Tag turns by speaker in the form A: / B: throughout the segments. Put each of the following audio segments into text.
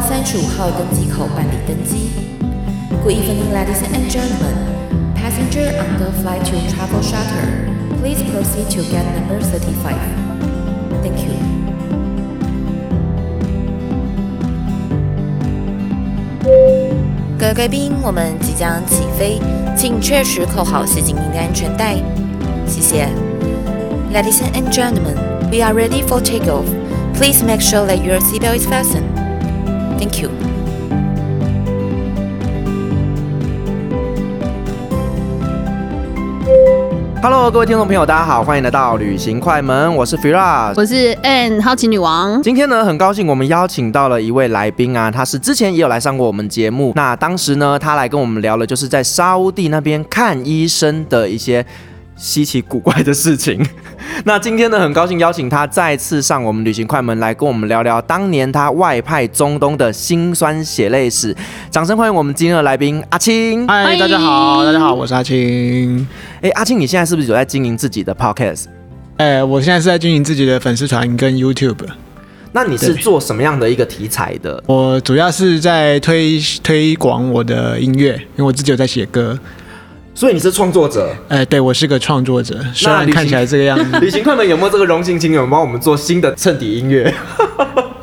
A: 三十五号登机口办理登机。Good evening, ladies and gentlemen. Passenger on the flight to Travel Charter, please proceed to gate number thirty-five. Thank you. 各位贵宾，我们即将起飞，请确实扣好系紧您的安全带，谢谢。Ladies and gentlemen, we are ready for takeoff. Please make sure that your seatbelt is fastened. Thank you.
B: 哈喽，各位听众朋友，大家好，欢迎来到旅行快门，我是 Firas。
C: 我是 N 好奇女王，
B: 今天呢，很高兴我们邀请到了一位来宾啊，他是之前也有来上过我们节目。那当时呢，他来跟我们聊了，就是在沙乌地那边看医生的一些稀奇古怪的事情。 那今天呢，很高兴邀请他再次上我们旅行快门来跟我们聊聊当年他外派中东的辛酸血泪史。掌声欢迎我们今天的来宾阿青。
C: 嗨
D: 嗨，大家好，大家好，我是阿青。
B: 哎，阿青，你现在是不是有在经营自己的 podcast？
D: 哎、我现在是在经营自己的粉丝团跟 YouTube，
B: 那你是
D: 对
B: 做什么样的一个题材的？
D: 我主要是在推推广我的音乐，因为我自己有在写歌。
B: 所以你是创作者。
D: 哎、对我是个创作者，虽然看起来这个 样子，
B: 旅行快门有没有这个荣幸，请你们帮我们做新的衬底音乐？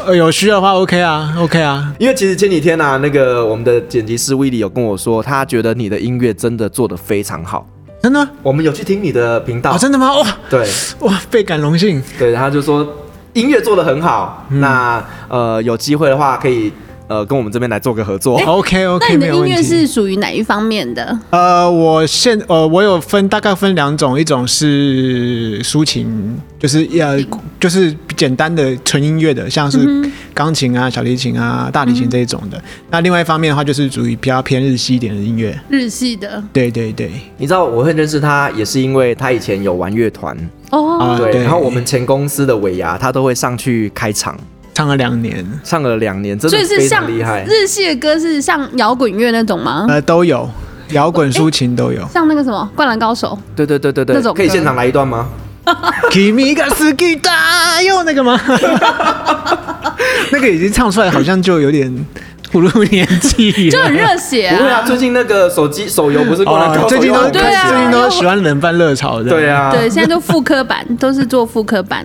D: 呃，有需要的话 OK 啊，OK 啊，
B: 因为其实前几天啊，那个我们的剪辑师威利有跟我说，他觉得你的音乐真的做得非常好。
D: 真的吗？
B: 我们有去听你哦的频道，
D: 啊，真的吗？哇
B: 对
D: 哇，倍感荣幸。
B: 对，他就说音乐做得很好。那呃，有机会的话可以呃跟我们这边来做个合作。
D: OK
C: 哎那你
D: OK，哦没
C: 的
D: 有
C: 音
D: 问
C: 乐
D: 题
C: 是。属于哪一方面的？
D: 呃，我现呃，我有分大概分两种，一种是抒情，就是呃，就是简单的纯音乐的，像是
C: 嗯
D: 钢琴啊、小提琴啊、大提琴这一种的。那另外一方面的话，就是属于比较偏日系一点的音乐。
C: 日系的
D: 对对对，
B: 你知道我会认识他，也是因为他以前有玩乐团，
C: 哦，
D: 啊
B: 对。
D: 对
B: 然后我们前公司的尾牙，他都会上去开场，
D: 唱了两年，
B: 唱了两年，真的
C: 所以是
B: 非
C: 像
B: 常厉害。
C: 日系的歌是像摇滚乐那种吗？
D: 呃，都有摇滚、抒情都有。
C: 像那个什么《灌篮高 手
B: 对对对对对，
C: 那种歌
B: 可以现场来一段吗？
D: Kimi ga s k i da，有那 个吗？那个已经唱出来，好像就有点 步入年纪》，了，
C: 就很热血
B: 不会啊，
C: 啊。
B: 最近那个手机手游不是灌篮高手
D: 哦，最近都
B: 又
C: 对
B: 开
C: 啊
B: 始
D: 最近都喜欢冷饭热炒的。
B: 对，啊，
C: 对，现在都副科版， 都是做副科版。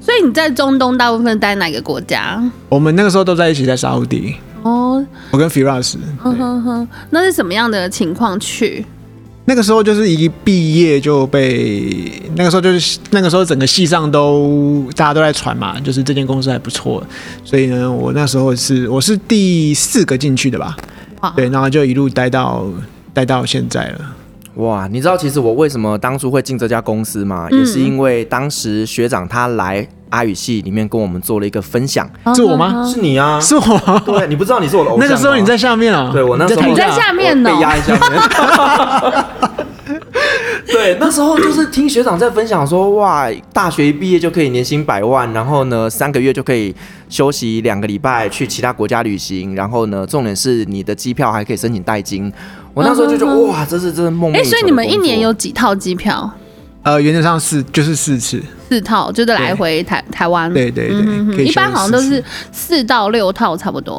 C: 所以你在中东大部分待哪个国家？
D: 我们那个时候都在一起在沙乌地，
C: 哦，
D: 我跟 Firas
C: 嗯哼哼，那是什么样的情况去？
D: 那个时候就是一毕业就被那个时候就是那个时候整个系上都大家都在传嘛，就是这间公司还不错，所以呢，我那时候是我是第四个进去的吧
C: 哇，
D: 对，然后就一路待到待到现在了。
B: 哇，你知道其实我为什么当初会进这家公司吗？
C: 嗯
B: 也是因为当时学长他来阿语系里面跟我们做了一个分享，
C: 哦
D: 是我吗
B: 是你啊，
D: 是我
B: 对，你不知道你是我的偶像吗，
D: 那个时候你在下面啊，
B: 对我那时候
D: 你
C: 你
D: 在
C: 在
D: 台下
C: 下面哦呢
B: 我被压一下面。 对，那时候就是听学长在分享说，哇，大学一毕业就可以年薪百万，然后呢，三个月就可以休息两个礼拜去其他国家旅行，然后呢，重点是你的机票还可以申请代金。我那时候就觉得，哇，这是真的梦寐以求的
C: 嗯哎、
B: 工作。
C: 所以你们一年有几套机票？
D: 呃，原则上是就是四次，
C: 四套，就是来回台台湾。
D: 对对对
C: 嗯哼哼
D: 可以
C: 一般
D: 休
C: 好像都
D: 息
C: 是四到六套差不多。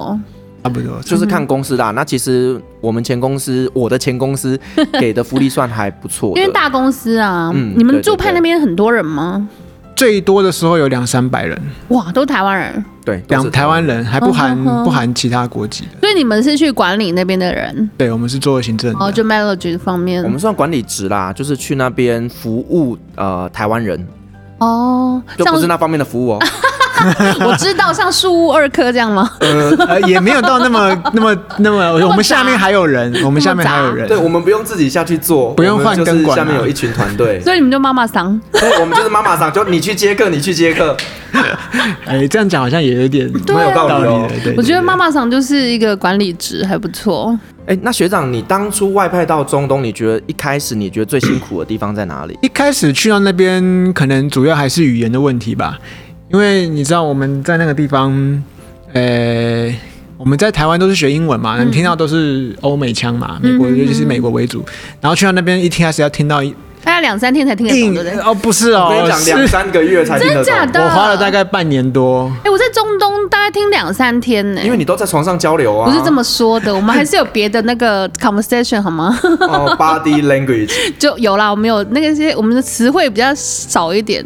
D: 差不多。
C: 嗯
B: 就是看公司啦。那其实我们前公司，我的前公 司给的福利算还不错的，
C: 因为大公司啊，
B: 嗯
C: 你
B: 对
C: 们
B: 对
C: 驻派
B: 对
C: 那边很多人吗？
D: 最多的时候有两三百人，
C: 哇，都台湾人，
B: 对都
D: 两
B: 是
D: 台湾人还不含
C: 嗯哼哼
D: 不含其他国籍的。
C: 所以你们是去管理那边的人，
D: 对，我们是做行政的。
C: 哦，就 Melody 方面
B: 嗯我们算管理职啦，就是去那边服务呃台湾人，
C: 哦，
B: 就
C: 像
B: 不是那方面的服务哦。
C: 我知道像树屋二科这样吗？，
D: 呃，也没有到那么那么那么，我们下面还有人，我们下面还有人。
B: 对，我们不用自己下去做，
D: 不用
B: 我们
D: 换
B: 就是
D: 根管
B: 下
D: 啊
B: 面有一群团队
C: 所以你们就妈妈桑，
B: 对，我们就是妈妈桑，就你去接客，你去接客，
D: 哎，这样讲好像也有点
C: 对
B: 蛮有道
C: 啊。
D: 道理
B: 理哦
D: 的。对对
C: 我觉得
D: 对
C: 妈妈桑就是一个管理职，还不错。
B: 哎，那学长，你当初外派到中东，你觉得一开始你觉得最辛苦的地方在哪里？
D: 一开始去到那边，可能主要还是语言的问题吧，因为你知道我们在那个地方，呃，我们在台湾都是学英文嘛，
C: 嗯
D: 你听到都是欧美腔嘛，美国尤其是美国为主，然后去到那边一听开始要听到
C: 大概两三天才听得懂，
D: 硬
C: 对不对？
D: 哦，不是 哦，
B: 我跟你讲，
D: 是
B: 两三个月才听得
C: 真假
B: 懂，
C: 的？
D: 我花了大概半年多。
C: 哎、我在中东大概听两三天呢、
B: 因为你都在床上交流啊。
C: 不是这么说的，我们还是有别的那个 conversation 好吗？
B: 哦，body language，
C: 就有啦，我们有那个些我们的词汇比较少一点，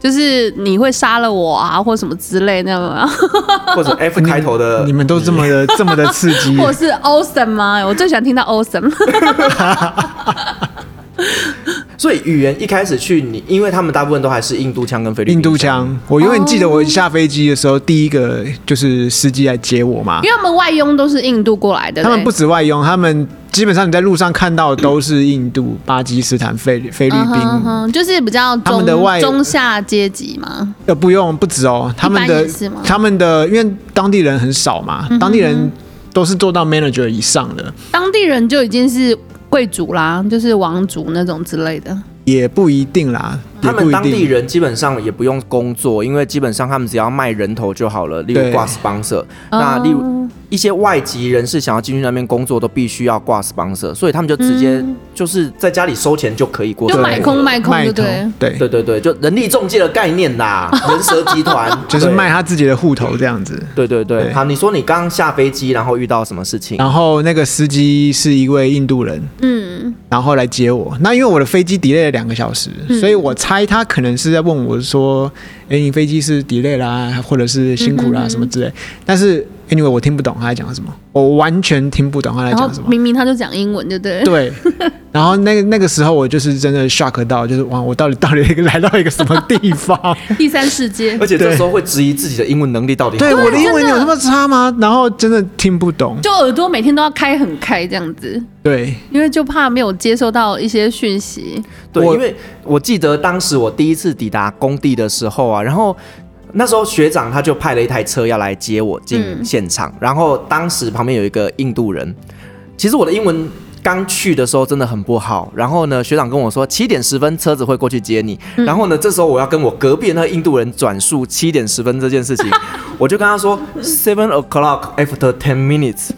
C: 就是你会杀了我啊，或什么之类那种啊，
B: 或者 F 开头的，
D: 你们都这么的这么的刺 激，
C: 或是 awesome 吗？我最喜欢听到 awesome。
B: 所以语言一开始去你，因为他们大部分都还是印度腔跟菲律宾
D: 印度腔。我永远记得我下飞机的时候，第一个就是司机来接我嘛
C: 因。为他们外佣都是印度过来的，
D: 他们
C: 对
D: 不止外佣，他们基本上你在路上看到的都是印度、巴基斯坦、菲菲律
C: 嗯哼嗯
D: 宾。
C: 哼就是比较
D: 他
C: 中
D: 们的外
C: 中下阶级嘛。
D: 呃，不用，不止哦，他们
C: 一般
D: 的
C: 也是吗
D: 他们的，因为当地人很少嘛，当地人都是做到 manager 以上的，
C: 当地人就已经是贵族啦，就是王族那种之类的。
D: 也不一定啦，也
B: 他
D: 不
B: 们
D: 一
B: 当地
D: 定。
B: 人基本上也不用工作，因为基本上他们只要卖人头就好了，例如
D: 对
B: 挂 sponsor。那
C: 哦
B: 例如一些外籍人士想要进去那边工作，都必须要挂 sponsor，所以他们就直接就是在家里收钱就可以过
C: 嗯就
B: 生活了。
C: 买空卖空
D: 卖
C: 就
D: 头
C: 对。
D: 对，
B: 对对对，就人力中介的概念 啦，人蛇集团
D: 就是
B: 对
D: 卖他自己的户头这样子。
B: 对对对，
D: 对啊
B: 好，你说你刚下飞机，然后遇到什么事情？
D: 然后那个司机是一位印度人，
C: 嗯，
D: 然后来接我。那因为我的飞机 delay 了两个小时，所以我猜他可能是在问我说：“哎、你飞机是 delay 啦，或者是辛苦啦、什么之类。”但是 anyway 我听不懂他在讲什么，我完全听不懂他在
C: 然后
D: 讲什么。
C: 哦明明他就讲英文，对不对？
D: 对，然后那那个时候我就是真的 shock 到，就是哇，我到底到底来到一个什么地方？
C: 第三世界
B: 而且这时候会质疑自己的英文能力到底
D: 对，
B: 好不好
D: 我的英文有那么差吗？然后真的听不懂。
C: 就耳朵每天都要开很开这样子，
D: 对，
C: 因为就怕没有接收到一些讯息。
B: 对，
D: 我
B: 因为我记得当时我第一次抵达工地的时候啊，然后那时候学长他就派了一台车要来接我进现场，然后当时旁边有一个印度人，其实我的英文。刚去的时候真的很不好，然后呢，学长跟我说七点十分车子会过去接你，然后呢，这时候我要跟我隔壁的那个印度人转述七点十分这件事情，我就跟他说 seven o'clock after ten minutes，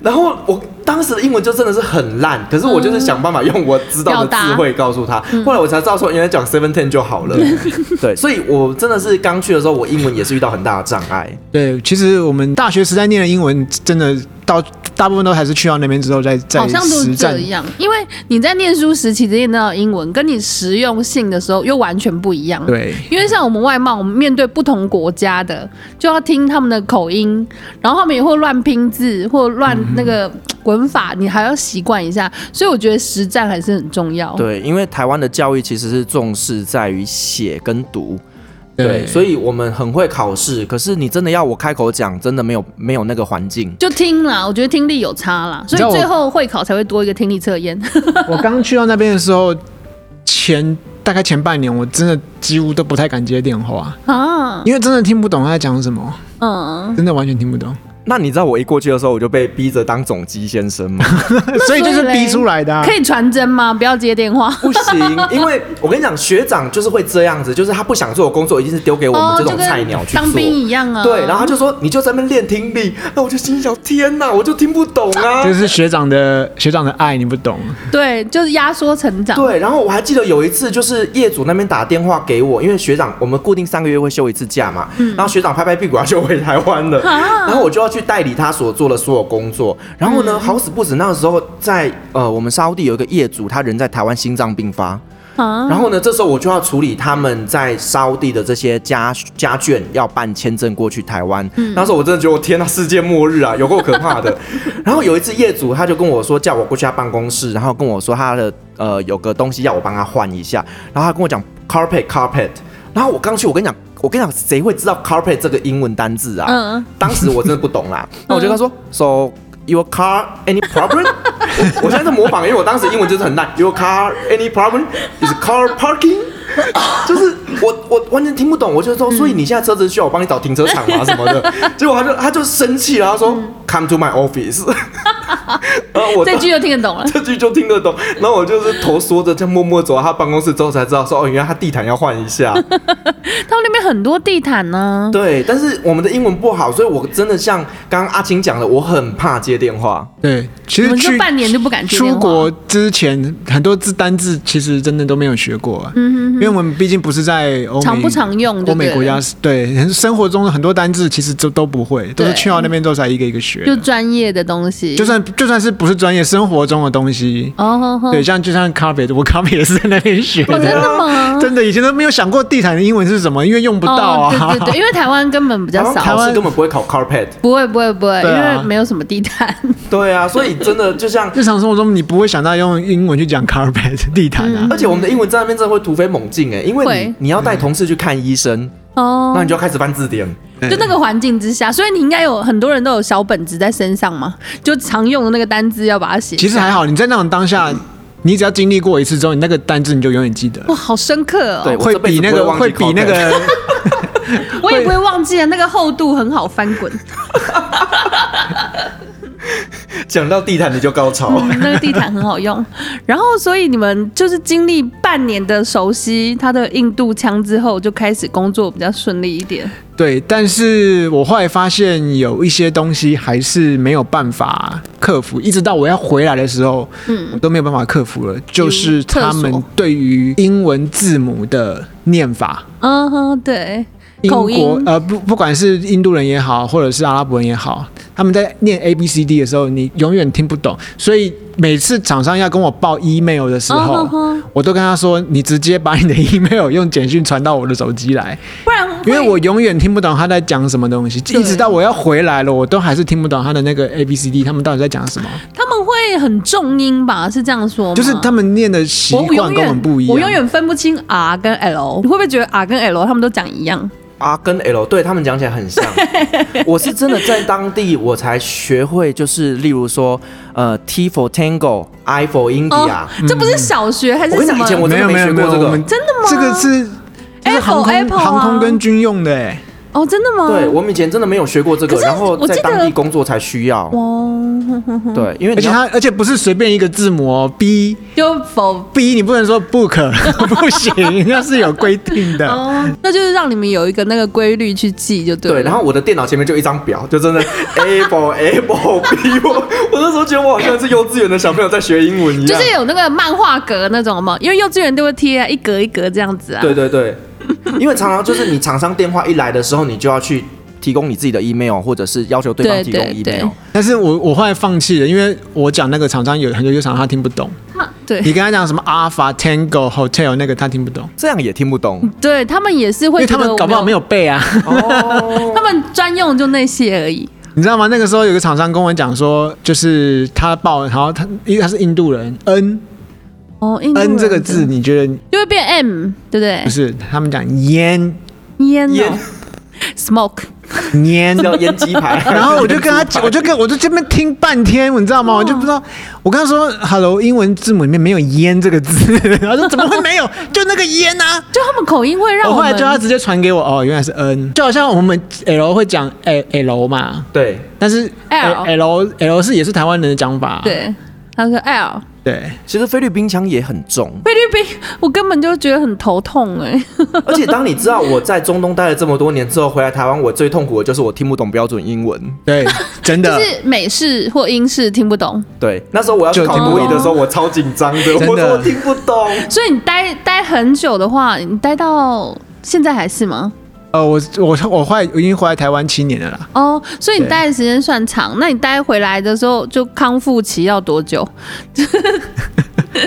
B: 然后我当时的英文就真的是很烂，可是我就是想办法用我知道的
C: 表达
B: 智慧会告诉他，后来我才知道说原来讲 seven ten 就好了。 对，所以我真的是刚去的时候，我英文也是遇到很大的障碍。
D: 对，其实我们大学时代念的英文，真的到大部分都还是去到那边之后再再
C: 好像都
D: 实
C: 是这
D: 战。
C: 样，因为你在念书时期练到的英文，跟你实用性的时候又完全不一样。。
D: 对，
C: 因为像我们外贸，我们面对不同国家的，就要听他们的口音，然后他们也会乱拼字或乱那个
D: 嗯
C: 文法，你还要习惯一下。所以我觉得实战还是很重要。，
B: 对，因为台湾的教育其实是重视在于写跟读。对，
D: 对
B: 所以我们很会考试，可是你真的要我开口讲，真的没有没有那个环境。
C: 就听啦，我觉得听力有差啦，所
D: 知道
C: 以
D: 我
C: 最后会考才会多一个听力测验。
D: 我刚去到那边的时候，前大概前半年，我真的几乎都不太敢接电话，
C: 啊，
D: 因为真的听不懂他在讲什么，
C: 嗯，
D: 真的完全听不懂，
B: 那你知道我一过去的时候，我就被逼着当总机先生吗？
D: 所以就是
C: 所以嘞
D: 逼出来的、啊
C: 可。以传真吗？不要接电话。
B: 不行，因为我跟你讲，学长就是会这样子，就是他不想做的工作，一定是丢给我们这
C: 哦就
B: 种菜
C: 跟
B: 鸟去做。
C: 当兵一样啊。
B: 对，然后他就说你就在那边练听力，那我就心想天哪，我就听不懂 啊
D: 这。是学长的学长的爱，你不懂。
C: 对，就是压缩成长。
B: 对，然后我还记得有一次，就是业主那边打电话给我，因为学长我们固定三个月会休一次假嘛，
C: 嗯
B: 然后学长拍拍屁股他就回台湾了，
C: 啊
B: 然后我就要去代理他所做的所有工作。然后
C: 嗯
B: 呢，好死不死那个时候在呃我们沙烏地有一个业主，他人在台湾心脏病发，
C: 啊，
B: 然后呢，这时候我就要处理他们在沙地的这些家家眷要办签证过去台湾。那时候我真的觉得我天呐，世界末日啊，有够可怕的。 然后有一次业主他就跟我说，叫我过去他办公室，然后跟我说他的呃有个东西要我帮他换一下，然后他跟我讲 carpet carpet，然后我刚去，我跟你讲，我跟你讲，谁会知道 carpet 这个英文单字啊？
C: 嗯
B: 当时我真的不懂啦，那我就跟他说，so。Your car any problem？我 我现在在模仿，因为我当时英文就是很烂。Your car any problem is car parking？就是我我完全听不懂，我就
C: 嗯
B: 说，所以你现在车子需要我帮你找停车场吗？什么的？结果他就他就生气了，他说、Come to my office。 然后我
C: 嗯这句就听得懂了。
B: 这句就听得懂。然后我就是头缩着，就默默走到他办公室之后才知道说，哦，原来他地毯要换一下。
C: 他们那边很多地毯呢、
B: 对，但是我们的英文不好，所以我真的像刚刚阿青讲的，我很怕接电话。
D: 对，其
C: 我
D: 实
C: 们这
D: 去
C: 半年就不敢接电话
D: 出国之前，很多字单字其实真的都没有学过、啊，嗯因为我们毕竟不是在欧美
C: 常不常用就
D: 欧美
C: 对
D: 国
C: 了
D: 家是，对，生活中很多单字其实都都不会，都是
C: 对
D: 去到那边之后才一个一个学的。
C: 就专业的东西，
D: 就算就算是不是专业生活中的东西，
C: 哦，吼吼
D: 对，像就像咖啡，我咖啡也是在那边学
C: 哦，真的吗？
D: 真的以前都没有想过地毯的英文是什么，因为用不到啊。
C: 哦，对对对，因为台湾根本比较
B: 然后
C: 少
B: 考，试根本不会考 carpet。
C: 不会不会不会，
D: 对啊
C: 因为没有什么地毯，
B: 对啊，所以真的就像
D: ，日常生活中你不会想到用英文去讲 carpet 地毯啊。
B: 而且我们的英文在那边真的会突飞猛进哎，因为
C: 嗯会
B: 你你要带同事去看医生，
C: 哦
B: 那你就要开始翻字典。
D: 对
C: 就那个环境之下，所以你应该有很多人都有小本子在身上嘛，就常用的那个单字要把它写。
D: 其实还，好，你在那种当下，你只要经历过一次之后，你那个单字你就永远记得，
C: 哇，好深刻
B: 对
C: 哦！
B: 我
D: 会
B: 这辈
D: 比
B: 子
D: 那
B: 不会
D: 个
B: 忘记
D: 会比那个
C: 我也不会忘记啊，那个厚度很好翻滚，
B: 讲到地毯你就高潮，
C: 嗯那个地毯很好用。 然后，所以你们就是经历半年的熟悉它的印度腔之后，就开始工作比较顺利一点。
D: 对。但是我后来发现有一些东西还是没有办法克服，一直到我要回来的时候，我
C: 嗯，
D: 都没有办法克服了，就是
C: 厕所
D: 他们对于英文字母的念法。
C: 嗯哼，对，
D: 英
C: 口
D: 国
C: 音
D: 呃不不管是印度人也好，或者是阿拉伯人也好，他们在念 A B C D 的时候，你永远听不懂。所以每次厂商要跟我报 email 的时候，
C: 嗯哼哼
D: 我都跟他说：“你直接把你的 email 用简讯传到我的手机来，
C: 不然
D: 因为
C: 会
D: 我永远听不懂他在讲什么东西。一直到我要回来了，我都还是听不懂他的那个 A B C D，他们到底在讲什么？
C: 他们会很重音吧？是这样说吗？
D: 就是他们念的习
C: 我
D: 惯
C: 永
D: 跟我
C: 远
D: 们不一样。
C: 我永远分不清 R 跟 L。你会不会觉得 R 跟 L 他们都讲一样？
B: R 跟 L 对他们讲起来 很像。我是真的在当地我才学会，就是例如说，呃，T for Tango，I for
C: 嗯
B: India。
C: 这不是小学还
B: 我
C: 是
B: 跟你讲，
C: 什么
B: 以？前我真的
D: 没有没
B: 学
D: 有没
B: 过
D: 有，
B: 这
D: 我
B: 个
D: 们。真的吗？这个是。这是航空
C: Apple，Apple 啊
D: 航空跟军用的哎、
C: 哦，真的吗？
B: 对，我们以前真的没有学过这个，
C: 可是
B: 然后
C: 我
B: 在
C: 记得
B: 当地工作才需要。
C: 哦，
B: 对，因为
D: 而
B: 你
D: 且
B: 要
D: 它而且不是随便一个字母哦，b
C: 就否
D: b 你不能说 book 不行， 那是有规定的。
C: 哦，那就是让你们有一个那个规律去记就对了。
B: 对，然后我的电脑前面就一张表，就 真的 A for A for B。我我那时候觉得我好像是幼稚园的小朋友在学英文一
C: 就
B: 样
C: 是。有那个漫画格那种嘛，因为幼稚园都会贴啊，一格一格这样子啊。
B: 对对对，因为常常就是你厂商电话一来的时候，你就要去提供你自己的 email，或者是要求对方
C: 对
B: 提供
C: 对
B: email。
C: 对
D: 但是我我后来放弃了，因为我讲那个厂商有很多有厂商他听不懂，
C: 那对
D: 你跟他讲什么 alpha tango hotel 那个他听不懂，
B: 这样也听不懂。
C: 对，他们也是
D: 因
C: 会
D: 为
C: 觉
D: 他
C: 得
D: 们搞不好没
C: 有，
D: 有背啊，
C: 他们专用就那些而已。
D: 你知道吗？那个时候有个厂商跟我讲说，就是他报，然后他因为他是印度人，n
C: 哦印度人
D: n 这个字你觉得
C: 就会变 M，对不对
D: 不？是？他们讲烟
C: 烟
B: 烟
C: 哦 smoke，
D: 烟
B: 叫腌鸡排，
D: 然后我就跟他 讲，我就跟我就这边听半天，你知道吗？
C: 哦
D: 我就不知道，我跟他说 “hello”，英文字母里面没有“烟”这个字， 然后说怎么会没有？就那个“烟”啊！
C: 就他们口音会 让
D: 我后来
C: 们
D: 叫他直接传给我，哦，原来是 “n”，就好像我们 “l” 会讲 “l l” 嘛，
B: 对，
D: 但是
C: L
D: “l l” 是也是台湾人的讲法，
C: 对。他说：“L，
D: 对，
B: 其实菲律宾腔也很重
C: 菲律宾，我根本就觉得很头痛哎、
B: 而且当你知道我在中东待了这么多年之后，回来台湾，我最痛苦的就是我听不懂标准英文。
D: 对，啊真 的
C: 就。是美式或英式听不懂，
B: 对，那时候我要去
D: 就
B: 考
D: 听不
B: 多
D: 懂
B: 语的时候，我超紧张的，
D: 真的
B: 我说我听不懂。
C: 所以你待待很久的话，你待到现在还是吗？
D: 呃，我我我后来我已经回来台湾七年了啦，
C: 哦、所以你
D: 对
C: 待的时间算长，那你待回来的时候就康复期要多久？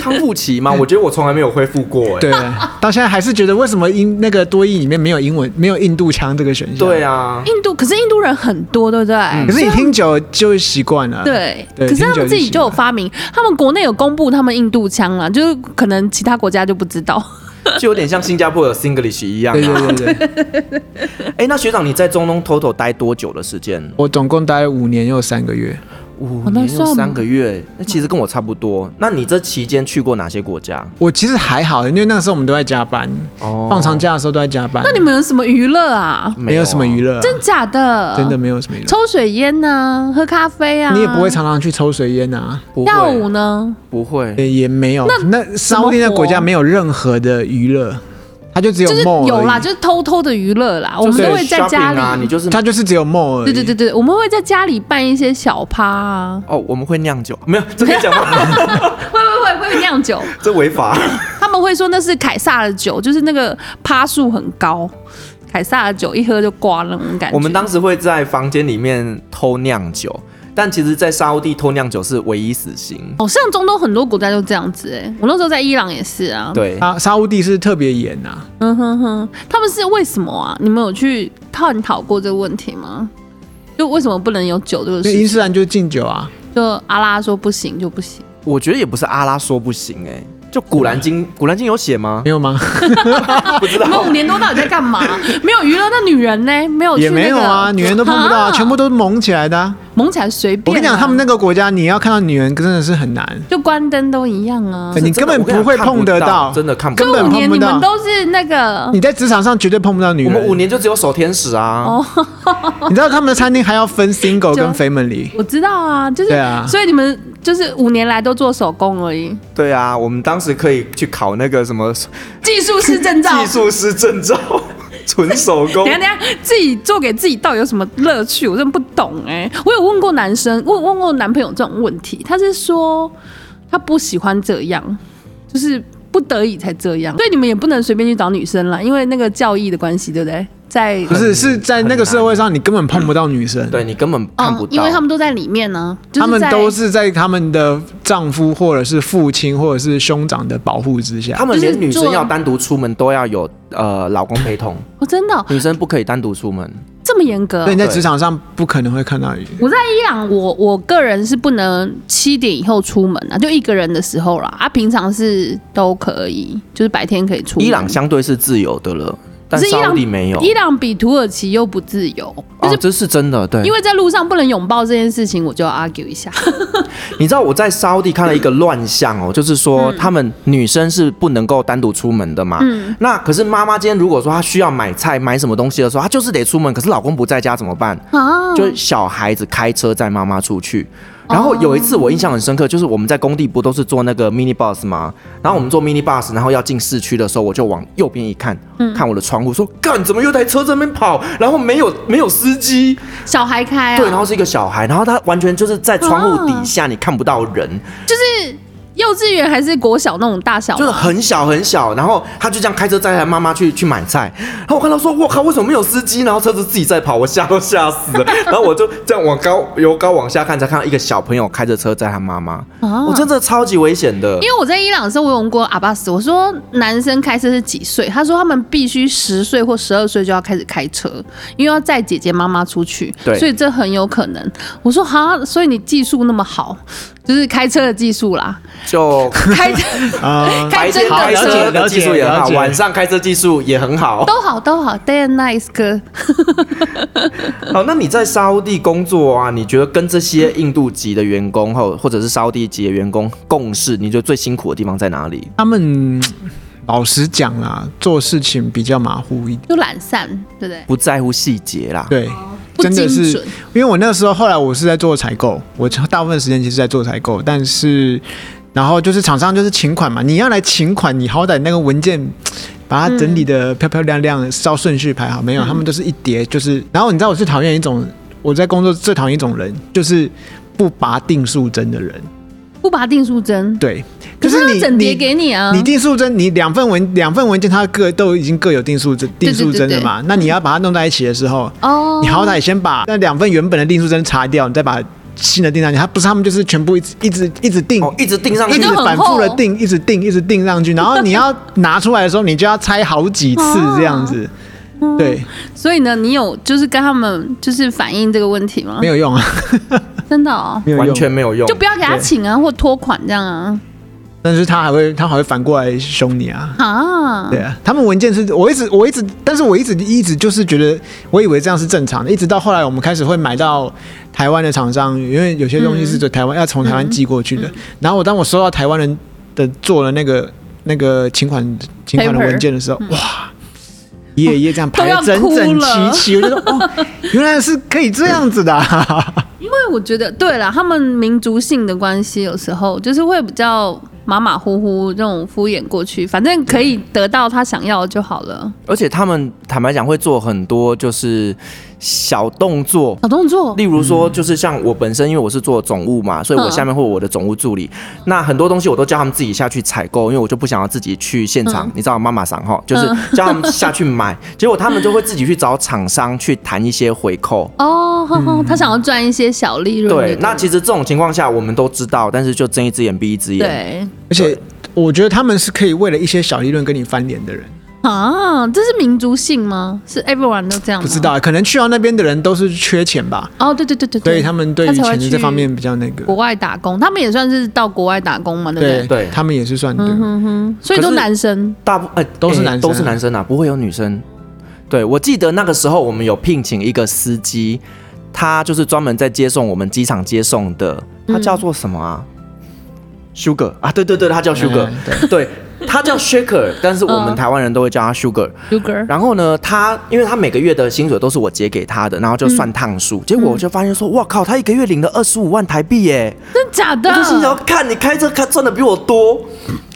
B: 康复期嘛，我觉得我从来没有恢复过、哎，
D: 对，到现在还是觉得为什么英那个多义里面没有英文，没有印度腔这个选项？
B: 对啊，
C: 印度可是印度人很多，对不对？
D: 可是你听久了就会习惯了。
C: 啊对，
D: 对
C: 可是他
D: 听久
C: 们自
D: 就
C: 己
D: 习
C: 就有
D: 惯
C: 发明，他们国内有公布他们印度腔啦，就是可能其他国家就不知道。
B: 就有点像新加坡有 Singlish 一样、
D: 对
B: 啊。
D: 对对对，
B: 哎、那学长你在中东 total 待多久的时间？
D: 我总共待了五年又三个月，
B: 五
C: 好难
B: 年又
C: 算
B: 哦三个月，那其实跟我差不多。那你这期间去过哪些国家？
D: 我其实还好，因为那个时候我们都在加班，
B: 哦
D: 放长假的时候都在加班。
C: 那你们有什么娱乐啊？
D: 没有什么娱
B: 乐，
D: 乐啊，
C: 真假的？
D: 真的没有什么娱乐。
C: 抽水烟呐、喝咖啡啊。
D: 你也不会常欸常去抽水烟啊，
B: 不
C: 跳舞
B: 会，
C: 呢？
B: 不会。
D: 也也没有。那那沙特那个国家没有任何的娱乐，它就只有
C: 啊就是
D: mall
C: 有啦，
D: 而已
C: 就是偷偷的娱乐啦。我们
B: 就是
C: 都会在家
B: shopping 啊，你
C: 里，
B: 就是
D: 它就是只有 mall 而已。
C: 对对对对，我们会在家里办一些小趴啊，
B: 哦，我们会酿酒，没有这可以讲 吗？
C: 会会会会酿酒。
B: 这违法。
C: 他们会说那是凯撒的酒，就是那个趴数很高，凯撒的酒一喝就挂那种感觉。
B: 我们当时会在房间里面偷酿酒，但其实，在沙烏地偷酿酒是唯一死刑。
C: 好像中东很多国家就这样子哎、我那时候在伊朗也是啊。，
B: 对，
D: 啊，沙乌地是特别严啊，
C: 嗯哼哼，他们是为什么啊？你们有去探讨过这个问题吗？就为什么不能有酒这个
D: 因
C: 事
D: 为伊
C: 情？
D: 斯兰就是禁酒啊。
C: 就阿拉说不行就不行。
B: 我觉得也不是阿拉说不行哎、就古兰
C: 嗯
B: 经，古兰经有写吗
D: 没？有吗？
B: 不知
C: 你们
B: 道。
C: 五年多到底在干嘛？没有娱乐那女人呢？没有去
D: 也
C: 哦那
D: 没有
C: 个
D: 啊，女人都碰不到啊，全部都是蒙起来的、啊。
C: 蒙起来随便啊、
D: 我跟你讲，他们那个国家，你要看到女人真的是很难，
C: 就关灯都一样啊。
D: 哎你根本
B: 我跟你
D: 不会
B: 讲
D: 碰
B: 看
D: 得
B: 到，
D: 到。
B: 真的看不
C: 这
B: 到。
D: 本
C: 五年
D: 碰不
C: 你
D: 到
C: 们都是那个
D: 你在职场上绝对碰不到女
B: 我
D: 人。
B: 们五，年就只有守天使啊。
C: 哦
D: 你知道他们的餐厅还要分 single
C: 就
D: 跟 family，
C: 我知道啊，就是、
D: 对啊
C: 所以你们就是五年来都做手工而已，
B: 对啊，我们当时可以去考那个什么
C: 技术师证照。
B: 技术师证照，纯手工
C: 等一。下等一下，自己做给自己到底有什么乐趣？我真的不懂哎、我有问过男生，问问过男朋友这种问题，他是说他不喜欢这样，就是不得已才这样。所以你们也不能随便去找女生啦，因为那个教义的关系，对不对？在
D: 不是是在那个社会上，你根本碰不到女生。
B: 对你根本看不
C: 哦
B: 到，，
C: 因为他们都在里面呢、就是
D: 他们
C: 在
D: 都是在他们的丈夫或者是父亲或者是兄长的保护之下
B: 他。们
C: 就是
B: 连女生
C: 做
B: 要单独出门都要有呃老公陪 同，
C: 哦，真的哦、
B: 女生不可以单独出门。
C: 这么严格哦、
D: 所以你在
B: 对
D: 职场上不可能会看到女人。
C: 我在伊朗，我我个人是不能七点以后出门啊，就一个人的时候啦。啊，平常是都可以，就是白天可以出门。
B: 伊朗相对是自由的了，但
C: 可是伊
B: 沙
C: 朗
B: 地没有。
C: 伊朗比土耳其又不自由，
B: 哦，这是真的，对，
C: 因为在路上不能拥抱这件事情，我就要 argue 一下。
B: 你知道我在沙地看了一个乱象哦，就是
C: 嗯
B: 说他们女生是不能够单独出门的嘛。那可是妈妈今天如果说她需要买菜、买什么东西的时候，她就是得出门，可是老公不在家怎么办？
C: 啊，
B: 就是小孩子开车载妈妈出去。然后有一次我印象很深刻，就是我们在工地不都是坐那个 mini bus 吗？然后我们坐 mini bus，然后要进市区的时候，我就往右边一看，看我的窗户，说干怎么有台车在那边跑？然后没有没有司机，
C: 小孩开啊，
B: 对，然后是一个小孩，然后他完全就是在窗户底下，你看不到人，
C: 就是幼稚园还是国小那种
D: 哦
C: 大小
B: 就是
C: 嘛，
B: 很小很小。然后他就这样开车载他妈妈去去买菜，然后我看到说，我靠，为什么没有司机？然后车子自己在跑，我吓都吓死 了。然后我就这样往高由高往下看，才看到一个小朋友开着车载他妈妈，
C: 啊
B: 我真的超级危险的
C: 因。为我在伊朗的时候，我有问过阿巴斯，我说男生开车是几岁？他说他们必须十岁或十二岁就要开始开车，因为要载姐姐妈妈出去，
B: 对
C: 所以这很有可能。我说哈，所以你技术那么好，就是开车的技术啦，
B: 就
C: 开
D: 啊
C: 开
B: 白
C: 真
B: 天
C: 的
B: 开
D: 了解
B: 车
C: 车
B: 的技术也很
D: 了
B: 好，
D: 解
B: 晚上开车技术也很好。
C: 都好都好，day and night 哥。
B: 好，那你在沙烏地工作啊？你觉得跟这些印度籍的员工后，或者是沙烏地籍的员工共事，你觉得最辛苦的地方在哪里？
D: 他们老实讲啦，做事情比较马虎一点。
C: 就懒散，对不对？
B: 不在乎细节啦。
D: 对，
C: 哦不
D: 真
C: 精
D: 的是，
C: 准，
D: 因为我那时候后来我是在做采购，我大部分时间其实在做采购，但是然后就是厂商就是请款嘛，你要来请款，你好歹那个文件。把它
C: 嗯
D: 整理的漂漂亮亮，照顺序排好没有？他们都是一叠，就是。然后你知道我最讨厌一种，我在工作最讨厌一种人，就是不拔定数针的人。
C: 不拔定数针，
D: 对，
C: 可
D: 就是
C: 他
D: 你
C: 整叠
D: 你
C: 给你啊，
D: 你定数针，你两份文两份文件，它各都已经各有定数针定数针了嘛？那
C: 嗯
D: 你要把它弄在一起的时候，
C: 哦，
D: 你好歹先把那两份原本的定数针裁掉，你再把新的定上去。它不是他们就是全部一直一直一直定。
B: 哦，一直盯上
D: 一
B: 去哦
C: 你
D: 直
C: 就很
D: 反复的
C: 厚
D: 定，一直定，一直定上去，然后你要拿出来的时候，你就要拆好几次
B: 啊
D: 这样子，对，
C: 所以呢，你有就是跟他们就是反映这个问题吗？
D: 没有用啊，
C: 真的哦，
D: 没有用，
B: 完全没有用
C: 就。不要给他请啊，或拖款这样啊。
D: 但是他还会他还会反过来凶你啊。
C: 啊
D: 对，啊，他们文件是我一直我一直，但是我一直一直就是觉得，我以为这样是正常的，一直到后来我们开始会买到台湾的厂商，因为有些东西
C: 嗯
D: 是从台湾、要从台湾寄过去的。然后我当我收到台湾人的做了那个那个请款请款的
C: Paper
D: 文件的时候，哇！一页一页这样排
C: 嗯都
D: 的
C: 要
D: 整
C: 哭
D: 整齐
C: 了
D: 齐，我就说哦，原来是可以这样子 的、啊。
C: 因为我觉得对了，他们民族性的关系有时候就是会比较马马虎虎这种敷衍过去，反正可以得到他想要的就好了。
B: 而且他们坦白讲会做很多就是小动作，
C: 小动作
B: 例如说，就是像我本身，因为我是做总务嘛，所以我
C: 嗯
B: 下面会有我的总务助理。那很多东西我都叫他们自己下去采购，因为我就不想要自己去现场，你知道妈妈桑哈，就是叫他们下去 买，结果他们就会自己去找厂商去谈一些回扣。
C: 哦，呵
D: 嗯
C: 呵他想要赚一些小利润。
B: 对，那其
C: 实
B: 实这种情况下我们都知道，但是就睁一只眼闭一只眼。
C: 对
D: 而且我觉得他们是可以为了一些小利润跟你翻脸的人。
C: 啊，这是民族性吗？是 everyone 都这样？
D: 不知。道，啊可能去到那边的人都是缺钱吧，
C: 哦，对对对对
D: 所
C: 对，
D: 以他们对于
C: 才会
D: 钱的这
C: 去
D: 方面比较那个
C: 国。外打工，他们也算是到国外打工嘛，对不对？
B: 对
D: 他们也是算对。
C: 嗯所以
B: 可
C: 都
B: 是
C: 男生
B: 大部呃
D: 都是
B: 诶
D: 男生啊
B: 都是男生啊，不会有女生。对，我记得那个时候我们有聘请一个司机，他就是专门在接送我们机场接送的，他叫做什么啊？Sugar 啊，对对对，他叫 Sugar，、
D: 嗯
B: 对，他叫 Shaker，但 是我们台湾人都会叫他 Sugar。
C: ，Sugar，
B: 然后呢，他因为他每个月的薪水都是我结给他的，然后就算趟数，
D: 嗯
B: 结果我就发现说，哇靠，他一个月领了二十五万台币耶！
C: 真的假的
B: 我？就心
D: 嗯
B: 想，看你开车开赚的比我多，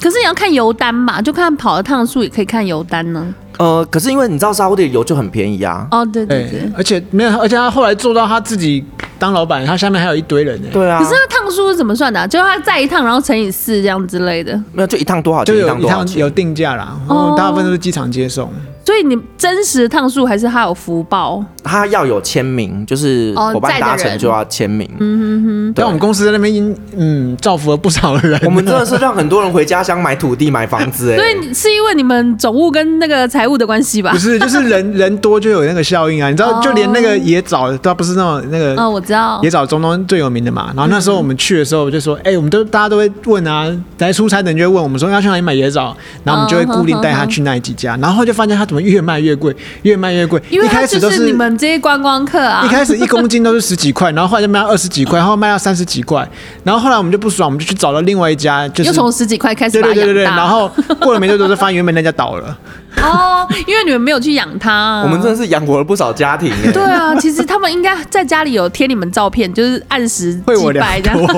C: 可是你要看油单吧，就看跑的趟数，也可以看油单呢。
B: 呃，可是因为你知道沙地油就很便宜啊，
C: 哦，对对对
D: 对，。而且没有，而且他后来做到他自己当老板，他下面还有一堆人呢。欸
B: 对啊，
C: 可是他趟数是怎么算的、啊？就是他再一趟，然后乘以四这样之类的。
B: 没有就一趟多少
D: 就
B: 钱？
D: 有
B: 趟
D: 一
B: 多少
D: 趟有
B: 钱？
D: 定价啦，然
C: 哦
D: 后大部分都是机场接送。
C: 所以你真实的趟数还是他有福报
B: 他要有签名，就是
C: 哦
B: 伙伴达
C: 在的
B: 成
C: 人
B: 就要签名。嗯嗯嗯，对
D: 但我，们公司在那边因，嗯，造福了不少人。
B: 我们真的是让很多人回家乡买土 地、买房子，哎，
C: 所以你是因为你们总务跟那个财务的关系吧
D: 不？是，就是人人多就有那个效应啊，你知道，
C: 哦
D: 就连那个野枣，他不是那种那个
C: 哦，我嗯知道
D: 也。找中东最有名的嘛。然后那时候我们去的时候，我就说，哎、我们都大家都会问啊，来出差的人就会问我们说哎要去哪里买野枣，然后我们就会固定带他去那几家，然后就发现他怎么越卖越贵，越卖越贵，
C: 因为
D: 一
C: 他
D: 开
C: 就
D: 始都
C: 是你们这些观光客啊
D: 一，开始一公斤都是十几块，然后后来就卖到二十几块，然后卖到三十几块，然后后来我们就不爽，我们就去找了另外一家，就是
C: 又从十几块开始
D: 对
C: 把
D: 对
C: 它
D: 对对对，
C: 养大。
D: 然后过了没多久就发现原本那家倒 了，
C: 哦，因为你们没有去养它、
B: 我们真的是养活了不少家庭，哎，
C: 对啊，其实他们应该在家里有贴你们照片，就是按时
D: 会我
C: 击
D: 两
C: 败这样。
D: 头。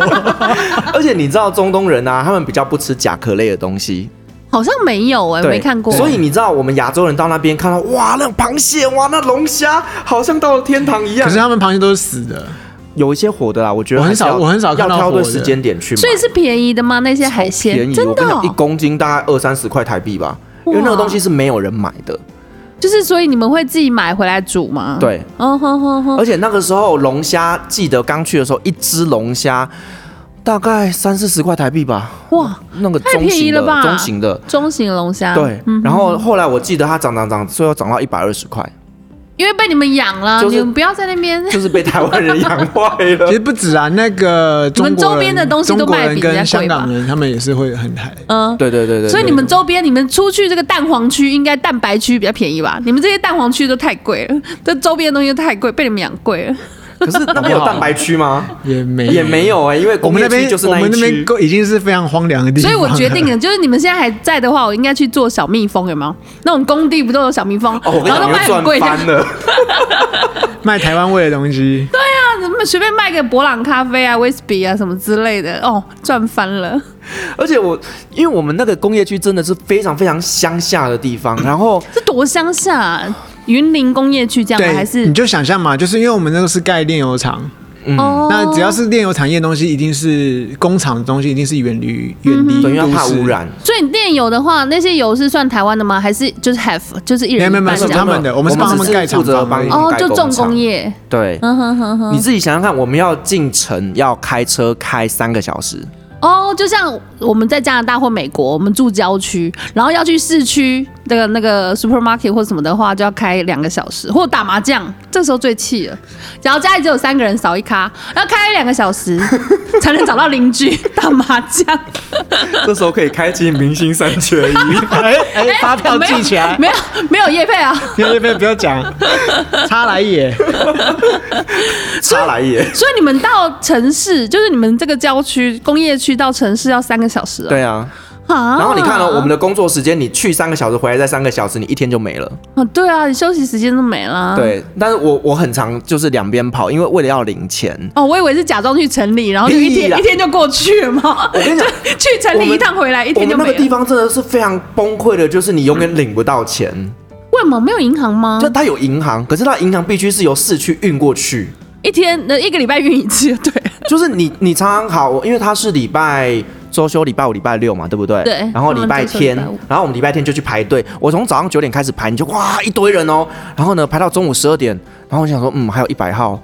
B: 而且你知道中东人啊，他们比较不吃甲壳类的东西，
C: 好像没有哎、
B: 对
C: 没看过。
B: 所以你知道我们亚洲人到那边看到，哇，那螃蟹，哇，那龙虾，好像到了天堂一样
D: 可是。他们螃蟹都是死 的，
B: 有一些活的啦，我觉得
D: 我很
B: 还是
D: 少
B: 要
D: 我很少
B: 要
D: 看到
B: 挑对
D: 活的
B: 时间点去买，
C: 所以是便宜的吗？那些海鲜
B: 便宜，
C: 真
B: 我
C: 的
B: 跟你
C: 哦、
B: 讲，一公斤大概二三十块台币吧，因为那个东西是没有人买的。
C: 就是所以你们会自己买回来煮吗？
B: 对，呃
C: 哦吼吼吼，
B: 而且那个时候龙虾，记得刚去的时候，一只龙虾大概三四十块台币吧，
C: 哇，
B: 那个
C: 太
B: 中
C: 便宜
B: 型的
C: 了吧？啊嗯
B: 中型的。
C: 中型龙虾，
B: 对，然后后来我记得它涨涨涨，最后涨到一百二十块，
C: 因为被你们养了，
B: 就是
C: 你们不要在那边。
B: 就是被台湾人养坏
D: 其
B: 了
D: 实。不止啊，那个中国人
C: 你们周边的东西都
D: 中国
C: 卖得
D: 人
C: 比人家贵
D: 跟香港人他们也是会很嗨。
C: 嗯，
B: 对对对对对，
C: 所以你们周边，你们出去这个蛋黄区，应该蛋白区比较便宜吧？你们这些蛋黄区都太贵了， 这周边的东西都太贵，被你们养 贵了。
B: 可是那边有蛋白区吗？
D: 也没
B: 也没有哎，因为
D: 我们那
B: 工业
D: 边
B: 区就是
D: 我
B: 那
D: 们
B: 一
D: 那边
B: 区。
D: 够已经是非常荒凉的地
C: 所
D: 方
C: 以
D: 了。
C: 我决定了，就是你们现在还在的话，我应该去做小蜜蜂，有没有？那种工地不都有小蜜蜂，
B: 哦，我跟你
C: 然后
B: 讲，你
C: 都卖
B: 又赚
C: 很贵，这样
B: 翻了。
D: 卖台湾味的东西，
C: 那么随便卖个博朗咖啡啊、威士比啊什么之类的，哦，赚翻了。
B: 而且我，因为我们那个工业区真的是非常非常乡下的地方，然后
C: 这多乡下、啊，云林工业区这样吗？还
D: 对，
C: 是
D: 你就想象嘛，就是因为我们那个是盖炼油厂，
B: 嗯
C: 哦？
D: 那只要是炼油产业的东西，一定是工厂的东西，一定是远离远离
B: 对，因为
D: 都
B: 怕
D: 市
B: 污。染。
C: 所以炼油的话，那些油是算台湾的吗？还是就是 have 就是一人
D: 没
C: 一
D: 有没
C: 半
D: 有
C: 这
D: 没
C: 样？
D: 有他们的我们是帮他们
B: 只
D: 盖厂
B: 负责
D: 房
B: 帮
D: 而已
B: 他们
C: 哦，
B: 盖
C: 就重
B: 厂
C: 工。业。
B: 对，
C: 嗯哼哼哼。
B: 你自己想想看，我们要进城要开车开三个小时，
C: 哦，就像我们在加拿大或美国，我们住郊区，然后要去市区，那个那个 supermarket 或什么的话，就要开两个小时，或打麻将，这时候最气了。假如家里只有三个人，少一咖，然后开两个 小时才能找到邻居打麻将。
E: 这时候可以开启明星三 缺一，
D: 哎哎，发票
C: 没有
D: 寄 起来，
C: 没有没有叶配啊。
D: 别 别不要讲，差 来也，
E: 差来也。
C: 所以你们到城市，就是你们这个郊区工业区到城市要三个小时 哦。
B: 对啊，
C: 啊。
B: 然后你看哦了、我们
C: 的
B: 的工作时间，你去三个小时，回来再三个小时，你一天就没了。
C: 啊，对啊，你休息时间都没了。。啊
B: 对，但是我我很常就是两边跑，因为为了要领钱。
C: 哦，我以为是假装去城里，然后就一
B: 屁
C: 天
B: 啦
C: 一天就过去了嘛。
B: 我跟你讲
C: 就 去城里一趟回来，一
B: 我
C: 天
B: 们
C: 就
B: 那
C: 没
B: 个地
C: 了。
B: 方真的是非常崩溃的，就是你永远领不到钱。
C: 为什么没有银行吗
B: 就？它有银行，可是它银行必须是由市区运过去。
C: 一天那一个礼拜运一次，对。
B: 就是你你常常好，因为它是礼拜周休，礼拜五、礼拜六嘛，对不对？
C: 对
B: 然后礼拜天
C: 他们周休礼拜五，
B: 然后我们礼拜天就去排队。我从早上九点开始排，你就哇一堆人哦。然后呢，排到中午十二点，然后我想说，嗯，还有一百 号。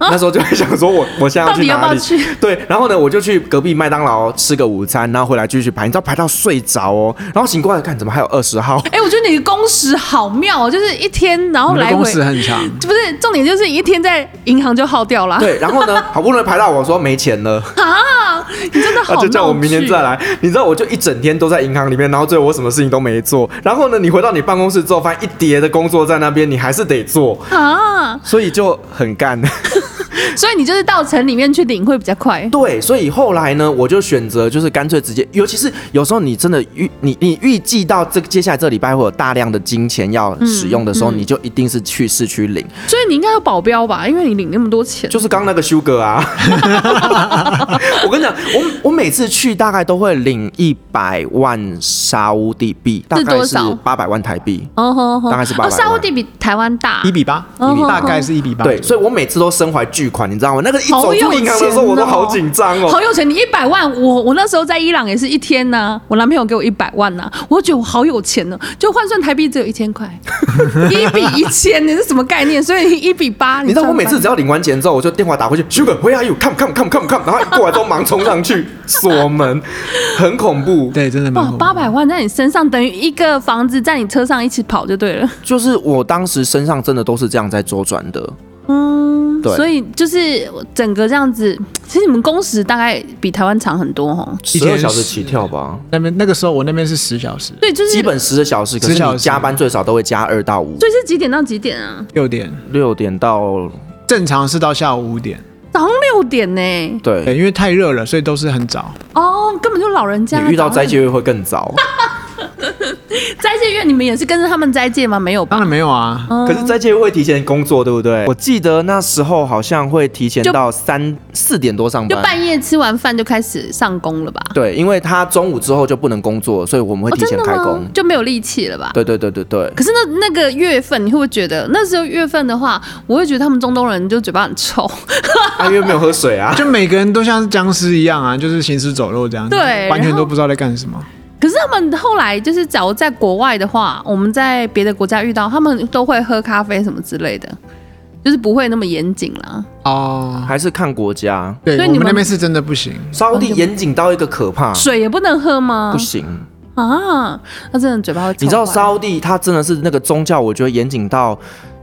B: 那时候就会想说我，我现在要去
C: 到底要不
B: 哪
C: 要
B: 里？
C: 去
B: 对，然后呢，我就去隔壁麦当劳吃个午餐，然后回来继续排，你知道排到睡着哦，然后醒过来看，怎么还有二十 号？
C: 哎、我觉得你的工时好妙哦，就是一天，然
D: 我
C: 后
D: 们的
C: 来
D: 工
C: 回，
D: 时很长，
C: 不是重点，就是一天在银行就耗掉了。
B: 对，然后呢，好不容易排到我说没钱了，
C: 啊， 你真的
B: 他
C: 好闹剧、啊
B: 就叫我明年再来。你知道，我就一整天都在银行里面，然后最后我什么事情都没做。然后呢，你回到你办公室之后，发现一叠的工作在那边，你还是得做，
C: 啊！
B: 所以就很干。
C: 所以你就是到城里面去领会比较快。
B: 对，所以后来呢，我就选择就是干脆直接，尤其是有时候你真的预你你预计到这接下来这礼拜会有大量的金钱要使用的
C: 嗯
B: 时候，你就一定是去市区领，
C: 所以你应该有保镖吧？因为你领那么多钱。
B: 就是刚那个修哥啊。我跟你讲，我我每次去大概都会领一百万沙乌地币，大
C: 是
B: 概
C: 多
B: 是
C: 少
B: 八百万台币。
C: 哦吼吼，
B: 大概是800
C: 哦，沙乌地比台湾大
D: 一。比八，
C: 哦哦
D: 大概是一比八，
B: 对，所以我每次都身怀巨款，你知道吗？那个一走
C: 好
B: 出
C: 有
B: 银行的
C: 钱
B: 时候，我都
C: 哦
B: 好紧张
C: 好
B: 哦。
C: 有钱！你一百万，我我那时候在伊朗也是一天呐、我男朋友给我一百万呐、我觉得我好有钱呢、就换算台币只有一 千块，一比一千，你是什么概念？所以一比八，
B: 你知道我每次
C: 算
B: 只要领完钱之后，我就电话打回去，Sugar，where are you？Come come come come come，然后一过来都忙冲上去锁门，很恐怖。
D: 对，真的蛮
C: 吧哇，
D: 恐怖
C: 八百万在你身上等于一个房子在你车上一起跑就对 了。
B: 就是我当时身上真的都是这样在周转的，
C: 嗯，
B: 对
C: 所以就是整个这样子，其实你们工时大概比台湾长很多哦。
D: 以
B: 十
D: 前
B: 二小时
D: 是
B: 起跳吧，
D: 那边那个时候我那边是十小时，
C: 对，就是
B: 基本十个小时，可
D: 10
B: 是
D: 小
B: 你
D: 时
B: 加班最少都会加二到五，
C: 所以是几点到几点啊？
D: 六点，
B: 六点到
D: 正常是到下午五点，
C: 早上六点呢、
B: 对
D: 对，。因为太热了，所以都是很早。
C: 哦，根本就老人家。
B: 你遇到
C: 早上
B: 斋戒月会更早，
C: 斋戒月，你们也是跟着他们斋戒吗？没有吧
D: 当？然没有啊，
B: 可是斋戒月会提前工作，对不嗯对？我记得那时候好像会提前到三四点多上
C: 就
B: 班，
C: 半夜吃完饭就开始上工了吧？
B: 对，因为他中午之后就不能工作，所以我们会
C: 哦，
B: 提
C: 真
B: 前
C: 的
B: 开工。
C: 吗？就没有力气了吧？
B: 对对对对对，
C: 可是那那个月份，你会不会觉得那时候月份的话，我会觉得他们中东人就嘴巴很臭，
B: 啊，因为没有喝水啊。
D: 就每个人都像是僵尸一样啊，就是行尸走肉这样子，
C: 对
D: 完全
C: 然后
D: 都不知道在干什么。
C: 可是他们后来就是，假如在国外的话，我们在别的国家遇到，他们都会喝咖啡什么之类的，就是不会那么严谨啦。
D: 哦，
B: 还是看国家，
D: 对，
C: 所以
D: 我
C: 你
D: 们
C: 们
D: 那边是真的不行，
B: 沙地严谨到一个可怕，
C: 水也不能喝吗？
B: 啊不行。
C: 啊，那真的嘴巴会臭坏。
B: 你知道沙地它真的是那个宗教，我觉得严谨到，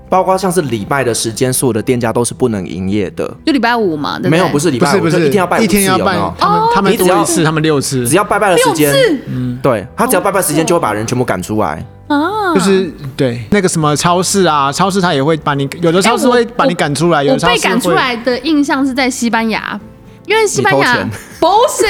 B: 包括像是礼拜的时间，所有的店家都是不能营业的。
C: 就礼拜五嘛，对不对？
B: 没有，不是礼
D: 不
B: 拜
D: 是
B: 五，
D: 不，
B: 就是一天要拜五次，
D: 一天要
B: 有没有
D: 拜，他们他们
B: 你只要
D: 多一次，他们六次，
B: 只要拜拜的时
C: 六
B: 间，
C: 次
B: 对他只要拜拜时
C: 哦
B: 间就会把人全部赶出来。
C: 啊，
D: 就是对那个什么超市啊，超市他也会把你，有的超市
C: 哎我
D: 会把你赶出来，有
C: 我
D: 的超
C: 被
D: 市
C: 赶出
D: 会。
C: 来的印象是在西班牙，因为西班牙
B: 你偷钱
C: 不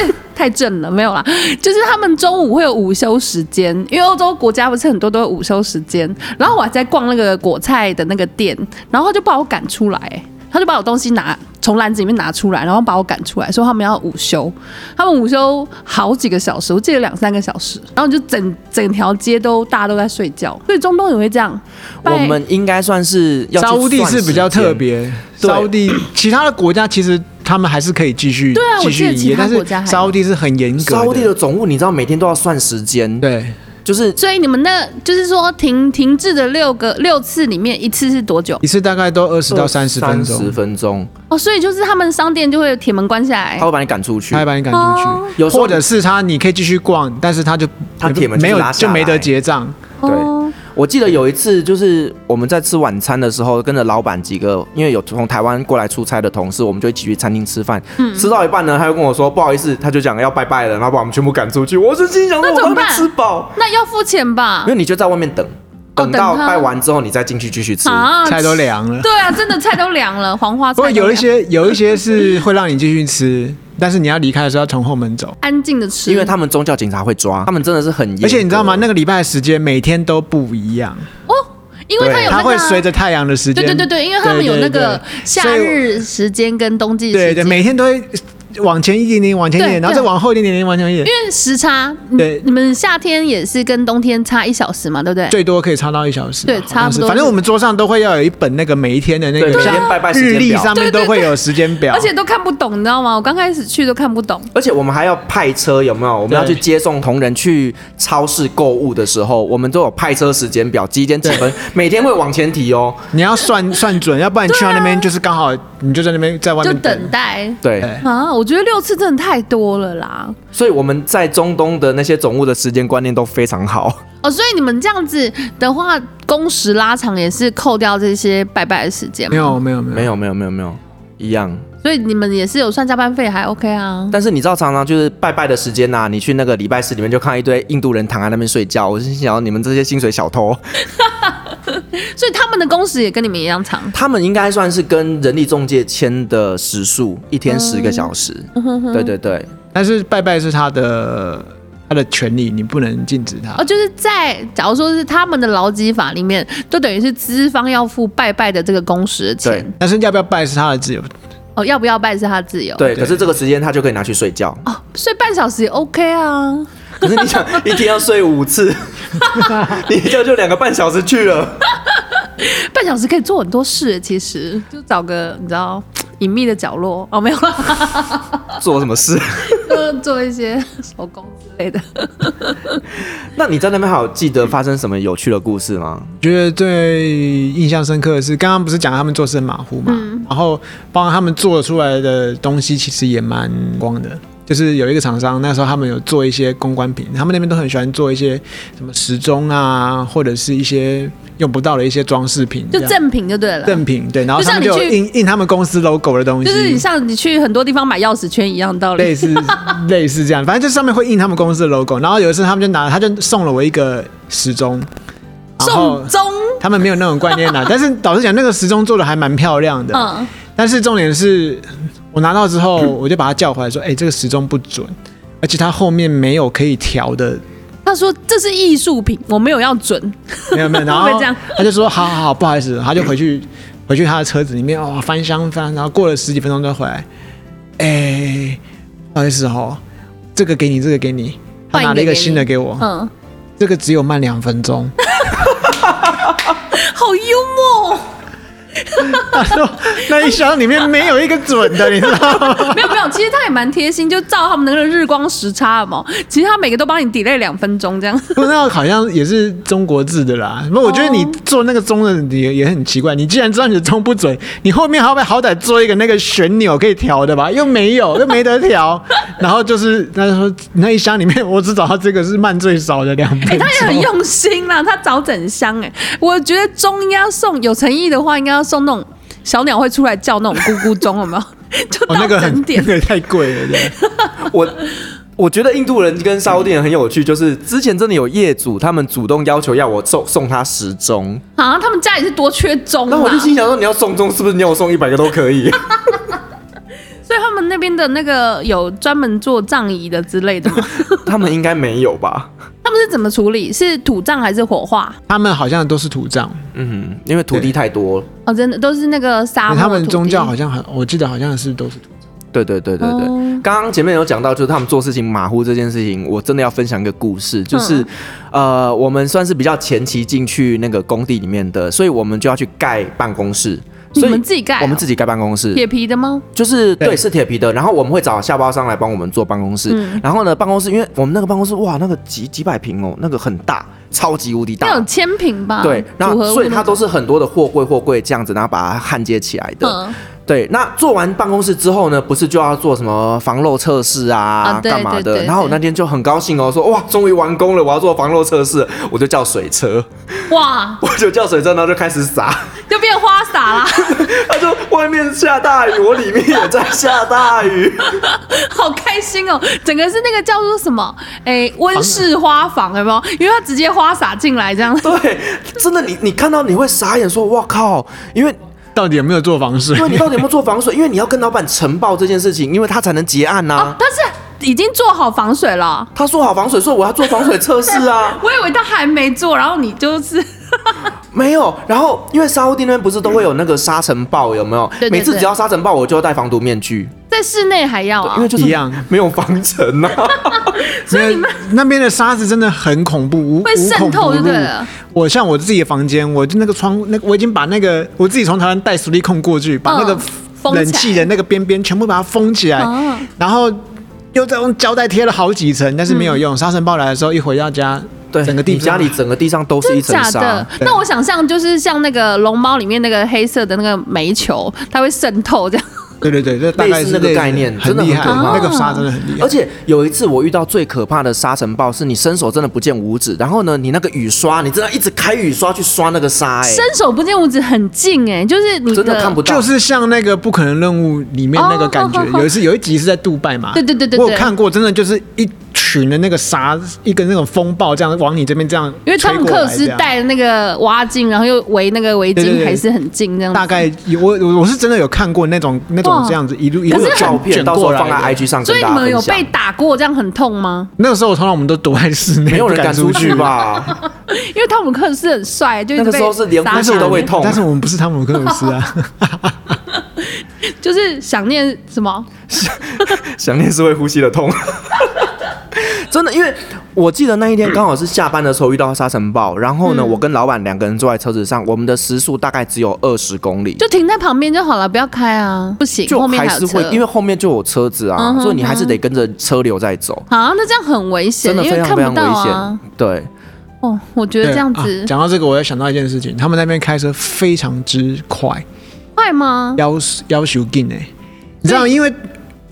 C: 是太正了，没有啦，就是他们中午会有午休时间，因为欧洲国家不是很多都有午休时间。然后我还在逛那个果菜的那个店，然后他就把我赶出来。他就把我东西拿从篮子里面拿出来，然后把我赶出来，说他们要午休。他们午休好几个小时，我记得两三个小时，然后就整整条街都大家都在睡觉。所以中东也会这样。
B: 我
C: 拜
B: 们应该算是要去
D: 沙乌地
B: 算
D: 是比较
B: 时间
D: 特，别，
B: 对
D: 沙乌地 其他的国家其实他们还是可以继续
C: 对啊
D: 继
C: 我记
D: 续
C: 得
D: 营业，
C: 其他
D: 但
C: 国家还
D: 是沙乌地是很严
B: 沙
D: 格
B: 地的总务你知道每天都要算时间，
D: 对，
B: 就是
C: 所以你们那就是说停停滞的六个六次里面一次是多久
D: 一？次大概都二十到三十分
B: 30
D: 钟，
B: 分钟，
C: 哦，所以就是他们商店就会有铁门关下来
B: 他。会把你赶出去
D: 他。会把你赶出去
C: 哦。
B: 有时候
D: 或者是他你可以继续逛，但是他就
B: 他铁门就是
D: 没有
B: 拉下
D: 就
B: 来
D: 没得结账，
C: 哦
B: 我记得有一次，就是我们在吃晚餐的时候，跟着老板几个，因为有从台湾过来出差的同事，我们就一起去餐厅吃饭。
C: 嗯
B: 吃到一半呢，他就跟我说不好意思，他就讲要拜拜了，然后把我们全部赶出去。我是心想说，
C: 那
B: 我
C: 怎
B: 还
C: 么
B: 没
C: 办
B: 吃饱，
C: 那要付钱吧
B: 因？为你就在外面等，等到
C: 哦等他
B: 拜完之后，你再进去继续吃。
C: 啊，
D: 菜都凉 了。
C: 对啊，真的菜都凉了，黄花菜都
D: 不过
C: 凉。
D: 有一些有一些是会让你继续吃，但是你要离开的时候要从后门走。
C: 安静的吃，
B: 因为他们宗教警察会抓，
C: 嗯
B: 他们真的是很严格。
D: 而且你知道吗？那个礼拜的时间每天都不一样，
C: 哦，因为他有那个啊
D: 它会随着太阳的时间。
C: 对对对对，因为他们有那个夏日时间跟冬季
D: 对。
C: 时间，
D: 对对对，每天都会往前一点点，往前一点，
C: 对
D: 点，然后再往后一点点，往前一点
C: 因，为时差，你
D: 对
C: 你们夏天也是跟冬天差一小时嘛，对不对？
D: 最多可以差到一小时。
C: 对
D: 好像
C: 差不
D: 是
C: 多
D: 反正我们桌上都会要有一本那个每一天的那
B: 对
D: 个
B: 每天拜拜时
D: 日
B: 间
D: 历
B: 表
D: 上面都会有时间表，
C: 而且都看不懂，你知道吗？我刚开始去都看不懂，
B: 而且我们还要派车，有没有？我们
D: 对
B: 要去接送同仁去超市购物的时候，我们都有派车时间表，几点几分，每天会往前提哦。
D: 你 要算算准，要不然你去到那边就是刚好你就在那边在外
C: 就
D: 面
C: 等。待
B: 对，
D: 对
C: 啊！我觉得六次真的太多了啦。
B: 所以我们在中东的那些总务的时间观念都非常好。
C: 哦，所以你们这样子的话，工时拉长也是扣掉这些拜拜的时间
D: 没
C: 嘛，
D: 有没有没有
B: 没有，没有，没有，没有，一样。
C: 所以你们也是有算加班费，还 OK 啊。
B: 但是你知道，常常就是拜拜的时间呐、你去那个礼拜四里面就看到一堆印度人躺在那边睡觉，我就心想你们这些薪水小偷，
C: 所以他们的工时也跟你们一样长。
B: 他们应该算是跟人力中介签的时数，一天十个小时。对对对，
D: 但是拜拜是他的他的权利，你不能禁止他
C: 哦，。就是在假如说是他们的劳基法里面，就等于是资方要付拜拜的这个工时的
B: 对
C: 钱。
D: 但是要不要拜是他的自由，
C: 哦，要不要拜是他自由。
B: 对，
D: 对
B: 可是这个时间他就可以拿去睡觉。
C: 哦，睡半小时也 OK 啊。
B: 可是你想一天要睡五次，你一觉就两个半小时去了。
C: 半小时可以做很多事，其实就找个你知道隐秘的角落哦，没有啦，
B: 做什么事？
C: 就做一些手工之类的。
B: 那你在那边还有记得发生什么有趣的故事吗？
D: 我觉得最印象深刻的是，刚刚不是讲他们做事很马虎嘛，
C: 嗯
D: 然后包括他们做出来的东西其实也蛮光的。就是有一个厂商，那时候他们有做一些公关品，他们那边都很喜欢做一些什么时钟啊，或者是一些用不到的一些装饰品这
C: 就
D: 样，
C: 正品就对了。
D: 赠品对，然后
C: 就
D: 他
C: 像
D: 们
C: 你
D: 就有
C: 去
D: 印印他们公司 logo 的东西，
C: 就是你像你去很多地方买钥匙圈一样的道理。
D: 类似类似这样，反正就上面会印他们公司的 logo。然后有一次他们就拿，他就送了我一个时钟，然后
C: 送钟，
D: 他们没有那种观念 啦、但是老实讲，那个时钟做的还蛮漂亮的。
C: 嗯，
D: 但是重点是我拿到之后，我就把他叫回来说：“哎、这个时钟不准，而且它后面没有可以调的，
C: 他说这是艺术品，我没有要准。
D: 没有没有。”然
C: 会不会
D: 后
C: 这样
D: 他就说：“好好好，不好意思。”他就回去回去他的车子里面哦翻箱翻，然后过了十几分钟再回来，哎、不好意思哦，这个给你，这个给你。他
C: 换一个
D: 拿了一个
C: 给你
D: 新的给我，
C: 嗯，
D: 这个只有慢两分钟。
C: 好幽 默。哦
D: 他说 那一箱里面没有一个准的，你知道吗？
C: 没有没有，其实他也蛮贴心，就照他们那个日光时差嘛。其实他每个都帮你 delay 两分钟这样。
D: 不过那个好像也是中国制的啦。不，我觉得你做那个钟的也也很奇怪。你既然知道你的钟不准，你后面好歹好歹做一个那个旋钮可以调的吧？又没有，又没得调。然后就是他就说那一箱里面我只找到这个是慢最少的两 分钟
C: 他。也很用心啦，他找整箱哎、我觉得钟应该要送，有诚意的话应该要送那种小鸟会出来叫那种咕咕钟，有没有？ 就
D: 哦，那
C: 到
D: 个
C: 整
D: 很
C: 点。
D: 那个太贵了，对。
B: 我。我觉得印度人跟沙乌地人很有趣，就是之前真的有业主他们主动要求要我送送他时钟，
C: 啊，他们家里是多缺钟
B: 那我就
C: 啊，
B: 心想说你要送钟是不是你要我送一百个都可以？
C: 所以他们那边的那个有专门做葬仪的之类的吗？
B: 他们应该没有吧？
C: 他们是怎么处理？是土葬还是火化？
D: 他们好像都是土葬，
B: 嗯，因为土地太多。
C: 哦，真的都是那个沙漠。
D: 哎他们宗教好像很，我记得好像是都是土
B: 对对对对对，
C: 哦
B: 刚刚前面有讲到，就是他们做事情马虎这件事情，我真的要分享一个故事，就是、
C: 嗯
B: 呃，我们算是比较前期进去那个工地里面的，所以我们就要去盖办公室，
C: 你
B: 所以
C: 们自己盖哦
B: 我们自己盖办公室，
C: 铁皮的吗？
B: 就是对
D: 对
B: 是铁皮的，然后我们会找下包商来帮我们做办公室，
C: 嗯
B: 然后呢，办公室因为我们那个办公室哇，那个几几百平哦，那个很大，超级无敌大，
C: 那种千平吧？
B: 对，然
C: 组合
B: 后
C: 屋
B: 所以它
C: 那种
B: 都是很多的货柜货柜这样子，然后把它焊接起来的。
C: 嗯
B: 对，那做完办公室之后呢，不是就要做什么防漏测试啊
C: 啊，对
B: 干嘛
C: 对
B: 的？
C: 对
B: 然后我那天就很高兴哦，说哇，终于完工了，我要做防漏测试， 我就叫水车，
C: 哇，
B: 我就叫水车，然后就开始撒，
C: 就变花洒啦，
B: 他说外面下大雨，我里面也在下大雨，
C: 好开心哦！整个是那个叫做什么？哎，温室花房有没有？因为它直接花洒进来这样。
B: 对，真的你你看到你会傻眼说，哇靠，因为
D: 到底有没有做房事
B: 对？你到底有没有做防水？ 因为你要跟老板呈报这件事情，因为他才能结案呐、
D: 啊
C: 哦，它是已经做好防水了。。
B: 他说好防水，所以我要做防水测试啊
C: 我以为它还没做，然后你就是
B: 没有，然后因为沙屋地那边不是都会有那个沙尘暴，有没有？
C: 对对
B: 每次
C: 对
B: 只要沙尘暴，我就要戴防毒面具，
C: 在室内还要啊
B: 因为？就是
D: 一样
B: 没有防尘啊呐、
D: 所以那边的沙子真的很恐怖，无
C: 会
D: 无
C: 渗
D: 孔
C: 透
D: 不
C: 就
D: 入
C: 对了。
D: 我像我自己的房间，我就那个窗，那个我已经把那个我自己从台湾带水力控过去，把那个
C: 嗯封起来
D: 冷气的那个边边全部把它封起来
C: 嗯，
D: 然后又再用胶带贴了好几层，但是没有
C: 嗯
D: 用。沙尘暴来的时候，一回到家，
B: 对，
D: 整个地
B: 你家里整个地上都是
C: 真
B: 一
C: 的
B: 层
C: 假
B: 沙
C: 的。？那我想象就是像那个龙猫里面那个黑色的那个煤球，它会渗透这样。
D: 对对对，这大概
B: 类似
D: 是
B: 那个
D: 类似
B: 概念
D: 很
B: 真的
D: 厉
B: 很
D: 害，
B: 可怕
D: 那个沙真的很厉害
B: 而。且有一次我遇到最可怕的沙尘暴，是你伸手真的不见五指，然后呢，你那个雨刷，你真的一直开雨刷去刷那个沙、哎，
C: 伸手不见五指很近哎、就是你的
B: 真的看不到，
D: 就是像那个不可能任务里面那个感觉
C: 哦好好好
D: 有一次有一集是在杜拜嘛，
C: 对对对对对
D: 我有看过，真的就是一群的那个沙，一根那种风暴这样往你这边这样
C: 因为
D: 吹
C: 汤
D: 过来
C: 姆
D: 这样，
C: 克斯戴那个蛙镜，然后又围那个围
D: 对对
C: 巾，
D: 对
C: 还是很近这样子。
D: 大概有我我我是真的有看过那种那种这样子一路一
B: 我
D: 路
B: 有照片，
D: 卷
B: 到时候
D: 过来
B: 放
D: 的
B: 在 IG 上
C: 所
B: 跟
C: 以
B: 大
C: 你
B: 家
C: 们
B: 分
C: 有
B: 享。
C: 被打过，这样很痛吗？
D: 那个时候，通常我们都躲在室内，
B: 没有人
D: 不
B: 敢
D: 敢
B: 出去
D: 去？
B: 吧？
C: 因为汤姆克斯很帅，就一直
B: 那个
C: 被
B: 时候是连
C: 撒
B: 呼吸
C: 下
B: 都
C: 来
B: 会痛
D: 但是我们不是汤姆克鲁斯 啊，
C: 就是想念什么？
B: 想念是会呼吸的痛。 真的，因为我记得那一天刚好是下班的时候遇到沙尘暴，然后呢，
C: 嗯
B: 我跟老板两个人坐在车子上，我们的时速大概只有二十公里，
C: 就停在旁边就好了，不要开啊！不行，
B: 就
C: 后面
B: 还
C: 还
B: 是
C: 有车
B: 会，因为后面就有车子啊，
C: 嗯哼
B: 所以你还是得跟着车流在走，
C: 啊，那这样很危险，
B: 真的
C: 因
B: 非
C: 为看
B: 常非常
C: 不
B: 危
C: 到
B: 险。
C: 啊。
B: 对，
C: 哦，我觉得这样
D: 对啊
C: 子
D: 讲、到这个，我又想到一件事情，他们那边开车非常之快，
C: 快吗？
D: 要要求劲哎，你知道，因为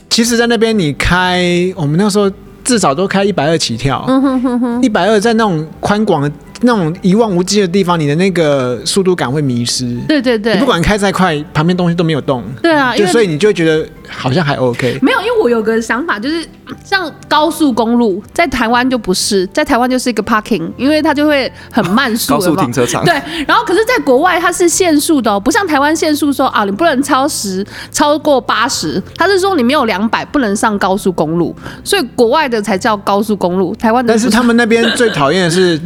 D: 其实，在那边你开，我们那时候至少都开一百二起跳，
C: 嗯
D: 一百二在那种宽广的、那种一望无际的地方，你的那个速度感会迷失。
C: 对对对，
D: 你不管开再快，旁边东西都没有动，
C: 对啊，因
D: 就
C: 为嗯
D: 所以你就会觉得好像还 OK。
C: 没有，因为我有个想法，就是像高速公路，在台湾就不是，在台湾就是一个 parking，因为它就会很慢速，
B: 高速
C: 有没有
B: 停车场
C: 对，然后可是在国外它是限速的、哦，不像台湾限速说啊，你不能超时，超过八十，它是说你没有两百不能上高速公路，所以国外的才叫高速公路，台湾的
D: 但是
C: 不
D: 他们那边最讨厌的是，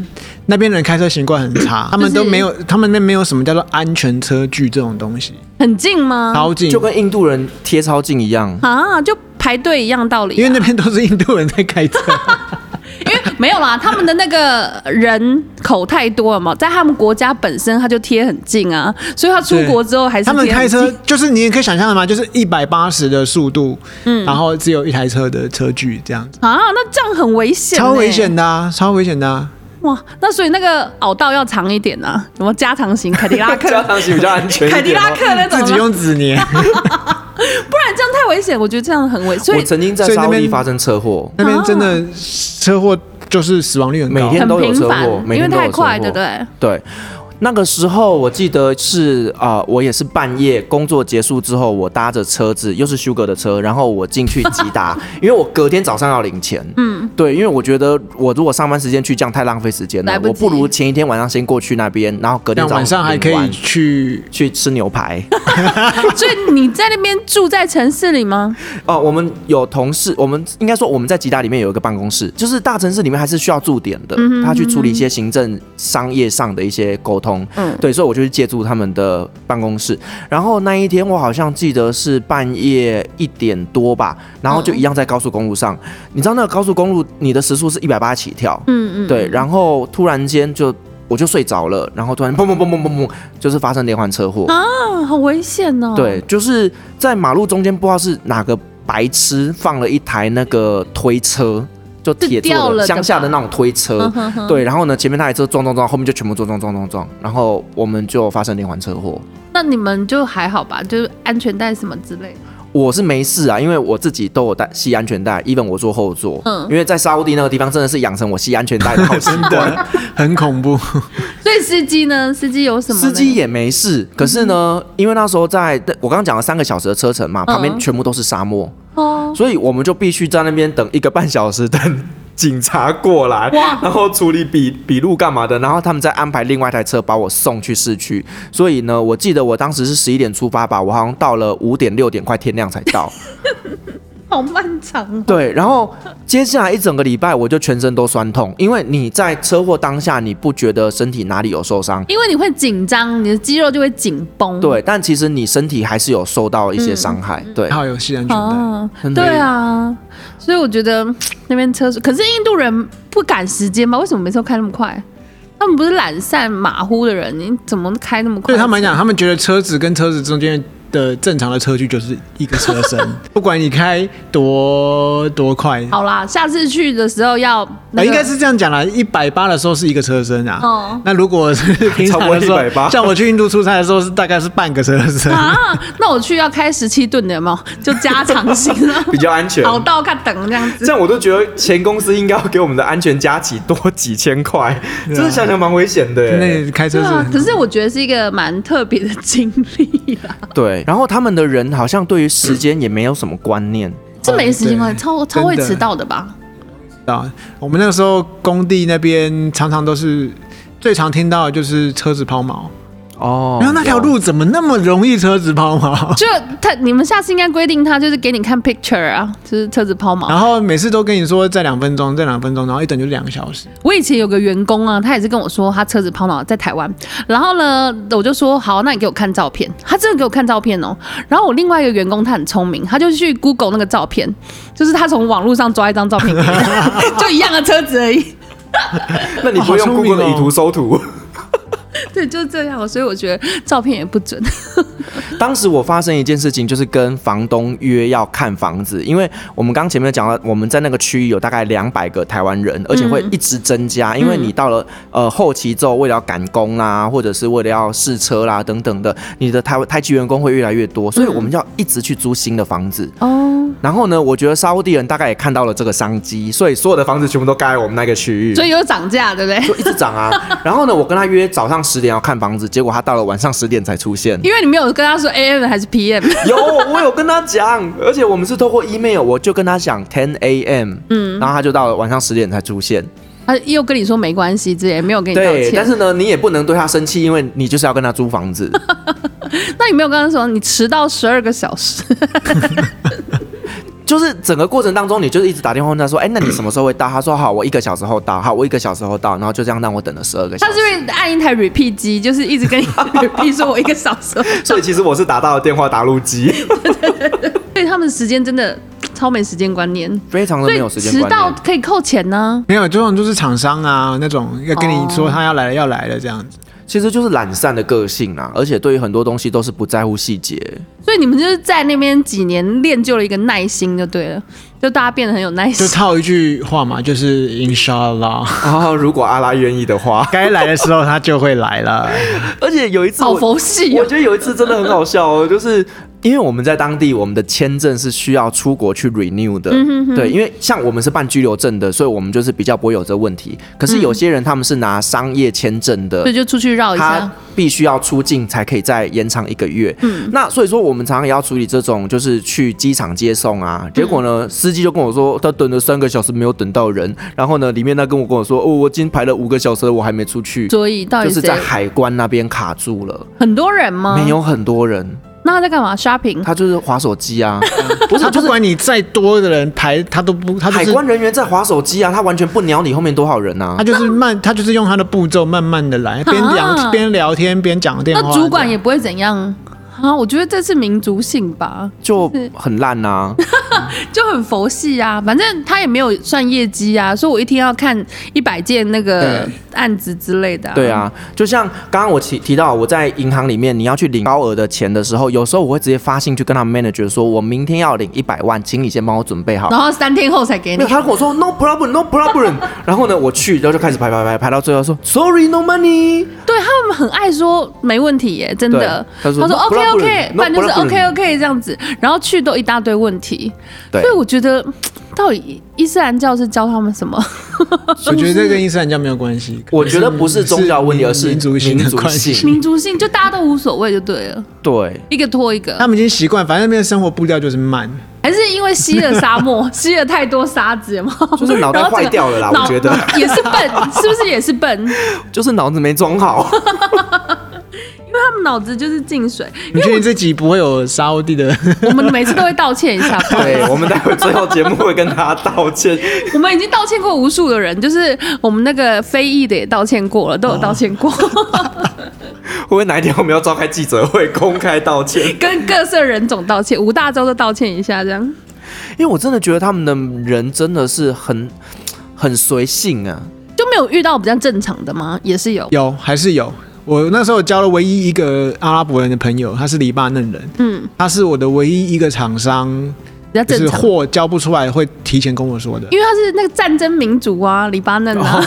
D: 那边人开车习惯很
C: 嗯
D: 差，他们都没有，他们那边没有什么叫做安全车距这种东西，
C: 很近吗？
D: 超 近
B: 就。跟印度人贴超近一 样。
C: 啊，就排队一样道理啊、
D: 因为那边都是印度人在开车，
C: 因为没有啦，他们的那个人口太多了嘛，在他们国家本身他就贴很近啊，所以他出国之后还是
D: 他们
C: 贴很
D: 开
C: 近
D: 车就是你也可以想象的嘛，就是一百八十的速度，
C: 嗯
D: 然后只有一台车的车距这样子，
C: 啊，那这样很危险、
D: 超危险！的啊，超危险的啊。
C: 哇，那所以那个凹道要长一点啊，什么加长型凯迪拉克、
B: 加长型比较安全
C: 凯
B: 一
C: 迪
B: 点、
C: 拉
B: 哦。
C: 克那种
D: 自
C: 啊，
D: 己用纸粘，
C: 不然这样太危险，我觉得这样很危险。所
B: 我
C: 以
B: 曾经在
D: 所以
B: 沙
D: 那边
B: 地发生车祸，
D: 那边真的车祸就是死亡率很高，
B: 每天
C: 很
B: 都有
C: 频
B: 车祸
C: 繁，
B: 每
C: 因为
B: 天都有
C: 太快，
B: 车祸
C: 对不对？
B: 对，那个时候我记得是啊、呃我也是半夜工作结束之后，我搭着车子，又是修哥的车，然后我进去吉达， 因为我隔天早上要领钱。嗯，对，因为我觉得我如果上班时间去这样太浪费时间
C: 来
B: 了，
C: 不
B: 我不
C: 及
B: 如前一天晚上先过去那边，然后隔天
D: 但
B: 早上
D: 晚上还
B: 领
D: 可以
B: 完
D: 去
B: 去吃牛排。
C: 所以你在那边住在城市里吗？
B: 哦，我们有同事，我们应该说我们在吉达里面有一个办公室，就是大城市里面还是需要驻点的，
C: 嗯
B: 他去处理一些行政、商业上的一些沟通。
C: 嗯
B: 对，所以我就去借助他们的办公室。然后那一天我好像记得是半夜一点多吧，然
C: 嗯
B: 后就一样在高速公路上，你知道那个高速公路你的时速是一百八起跳，
C: 嗯嗯，
B: 对，然后突然间就我就睡着了，然后突然砰砰砰砰砰砰，就是发生连环车祸。
C: 啊，好危险哦。
B: 对，就是在马路中间，不知道是哪个白痴放了一台那个推车，就铁
C: 就掉
B: 做
C: 了
B: 的
C: 的吧
B: 乡下的那种推车
C: 嗯。哼哼，
B: 对，然后呢，前面那台车撞撞撞，后面就全部撞撞撞撞撞，然后我们就发生连环车祸。
C: 那你们就还好吧，就是安全带什么之类的。
B: 我是没事啊，因为我自己都有带系安全带，even 我坐后座，
C: 嗯
B: 因为在沙烏地那个地方真的是养成我系安全带的好习 惯。
D: 很恐怖。
C: 所以司机呢？司机有什么呢？嗯
B: 司机也没事，可是呢，因为那时候在我刚刚讲了三个小时的车程嘛，旁边全部都是沙漠，
C: 哦，
B: 所以我们就必须在那边等一个半小时，等
E: 警察过来，然后处理笔笔
B: 笔录干嘛的，然后他们再安排另外一台车把我送去市区。所以呢，我记得我当时是十一点出发吧，我好像到了五点六点，快天亮才 到。
C: 好漫长哦。
B: 对，然后接下来一整个礼拜我就全身都酸痛，因为你在车祸当下你不觉得身体哪里有受
D: 嗯
B: 伤，
C: 因为你会紧张，你的肌肉就会紧绷。
B: 对，但其实你身体还是有受到一些伤害，对
D: 还。嗯好有系安全带，
C: 啊
B: 真，的
C: 对啊，所以我觉得那边车速，可是印度人不赶时间吧？为什么每次都开那么快？他们不是懒散马虎的人，你怎么开那么快？
D: 对他们来讲，他们觉得车子跟车子中间的正常的车距就是一个车 身，不管你开多多快，
C: 好啦，下次去的时候要、那个
D: 啊，应该是这样讲啦，一百八的时候是一个车身啊。
C: 哦
D: 那如果是平常的时
E: 差不多
D: 候，
E: 180
D: 像我去印度出差的时候是大概是半个车身。
C: 啊，那我去要开十七吨的，有没有？就加长型了，
E: 比较安全。
C: 好到看等这样
E: 这
C: 子。
E: 样我都觉得前公司应该要给我们的安全加起多几 千块，
B: 啊
E: 真的想想蛮危险的耶。
D: 那开车
C: 对
D: 是
C: 啊
D: 很，
C: 可是我觉得是一个蛮特别的经历啊啦，
B: 对，然后他们的人好像对于时间也没有什么观念，
C: 这没时间
D: 哎对
C: 观，超超会
D: 真的
C: 迟到的吧？
D: 啊，我们那个时候工地那边常常都是最常听到的就是车子抛锚，
B: 哦，
D: 然后那条路怎么那么容易车子抛
E: 哦
D: 锚？
C: 就他，你们下次应该规定他就是给你看 picture 啊，就是车子抛锚。
D: 然后每次都跟你说再两分钟，再两分钟，然后一等就两个小时。
C: 我以前有个员工啊，他也是跟我说他车子抛锚在台湾，然后呢，我就说好，那你给我看照片，他真的给我看照片哦。然后我另外一个员工他很聪明，他就去 Google 那个照片，就是他从网络上抓一张照片给 我，就一样的车子而已。
E: 那你不
D: 哦
E: 用
D: 好聪明哦
E: Google 的以图搜图，
C: 对，就是这样，所以我觉得照片也不准。
B: 当时我发生一件事情，就是跟房东约要看房子，因为我们刚前面讲到，我们在那个区域有大概两百个台湾人，而且会一直增加，因为你到了呃后期之后，为了要赶工啦，或者是为了要试车啦等等的，你的台台籍员工会越来越多，所以我们要一直去租新的房子。
C: 哦，
B: 然后呢，我觉得沙烏地人大概也看到了这个商机，所以所有的房子全部都盖在我们那个区域。
C: 所以有涨价，对不对？
B: 就一直涨啊，然后呢，我跟他约早上十点要看房子，结果他到了晚上十点才出现。
C: 因为你没有跟他说 AM 还是 PM，
B: 有，我有跟他讲，而且我们是透过 email，我就跟他讲 ten a.m.，嗯，然后他就到了晚上十点才出现。
C: 他又跟你说没关系之类，没有跟你道
B: 对，
C: 歉。
B: 但是呢，你也不能对他生气，因为你就是要跟他租房 子。
C: 那你没有跟他说你迟到十二个小 时？
B: 就是整个过程当中，你就是一直打电话问他说，哎，那你什么时候会到？他说好，我一个小时后到，好，我一个小时后到，然后就这样让我等了十二个小
C: 他
B: 时
C: 是。不是按一台 repeat 机，就是一直跟你 repeat 说我一个小时后到？
E: 所以其实我是打到了电话打录 机。
C: 对他们时间真的超没时间观念，
B: 非常的
C: 所
B: 没有
C: 以
B: 时间
C: 迟
B: 观
C: 到
B: 念。
C: 可以扣钱呢、
D: 没有，这种就是厂商啊，那种要跟你
C: 哦
D: 说他要来了要来了这样子。
B: 其实就是懒散的个性啊，而且对于很多东西都是不在乎细节。
C: 所以你们就是在那边几年练就了一个耐心就对了，就大家变得很有耐
D: 就
C: 心。
D: 套一句话嘛，就是 Inshallah，
E: 然后如果阿拉愿意的话，
D: 该来的时候他就会来了。
B: 而且有一次
C: 好
B: 我
C: 佛系
B: 我
C: 哦、
B: 觉得有一次真的很好笑哦，就是因为我们在当地，我们的签证是需要出国去 renew 的，对，因为像我们是办居留证的，所以我们就是比较不会有这问题。可是有些人他们是拿商业签证的，
C: 所以就出去绕一
B: 他
C: 下。
B: 必须要出境才可以再延长一个月。嗯，那所以说我们常常也要处理这种，就是去机场接送啊。结果呢，司机就跟我说，他等了三个小时没有等到人，然后呢，里面他跟我跟我说，哦，我今天排了五个小时了，我还没出去，
C: 所以到
B: 就
C: 底
B: 是
C: 谁
B: 在海关那边卡住了，
C: 很多人吗？
B: 没。有很多人。
C: 那他在干嘛？shopping。
B: 他就是划手机啊，不是
D: 他
B: 就
D: 不
B: 是
D: 管你再多的人排，他都不，他就
B: 海
D: 是
B: 关人员在划手机啊，他完全不鸟你后面多少人啊
D: 他。就是慢，他就是用他的步骤慢慢的来，边
C: 啊
D: 聊边聊天边讲电话。
C: 那主管也不会怎样啊？我觉得这是民族性吧。
B: 就很烂啊，
C: 就很佛系啊。反正他也没有算业绩啊，所以我一天要看一百件那个案子之类的、
E: 对，啊，就像刚刚我提提到，我在银行里面你要去领高额的钱的时候，有时候我会直接发信去跟他们 manager 说，我明天要领一百万，请你先帮我准备好。
C: 然后三天后才给
E: 没
C: 你
E: 有，。他跟我说 no problem no problem，然 后呢，我去，然后就开始排排排排到最后说 sorry no money，
C: 对他们很爱说没问题耶，真的。
E: 对他
C: 说
E: 说 "No
C: OK
E: problem,
C: OK，
E: no
C: 反正就是
E: problem."
C: OK OK 这样子，然后去都一大堆问题。
E: 对
C: 所以我觉得嗯到底伊斯兰教是教他们什么？
D: 我觉得这跟伊斯兰教没有关系。
E: 我觉得不是宗教问题，而是
D: 民族性
E: 民
D: 的
E: 族
D: 关系
E: 性。
C: 民族性就大家都无所谓就对了，
E: 对，
C: 一个拖一个。
D: 他们已经习惯，反正那边的生活步调就是慢。
C: 还是因为吸了沙 漠，吸了太多沙子嘛，
E: 就是脑袋坏掉了啦
C: 然后
E: 我觉
C: 整个
E: 得
C: 脑也是笨，是不是也是笨？因
E: 就是脑子没装好。
C: 为他们脑子就是进 水，
D: 你确定这集不会有沙乌地的？，
C: 我们每次都会道歉一下。
E: 对，我们待会最后节目会跟大家道歉。
C: 我们已经道歉过无数的人，就是我们那个非裔的也道歉过了，都有道歉 过，
E: 会不会哪一天我们要召开记者会公开道歉？
C: 跟各色人种道歉，吴大洲都道歉一下，这样。
E: 因为我真的觉得他们的人真的是很很随性啊。
C: 就没有遇到比较正常的吗？也是有
D: 有还是有？我那时候交了唯一一个阿拉伯人的朋友，他是黎巴嫩人，嗯，他是我的唯一一个厂商，
C: 比较
D: 就
C: 正
D: 是
C: 常。
D: 货交不出来会提前跟我说 的。
C: 因为他是那个战争民族啊，黎巴嫩 啊，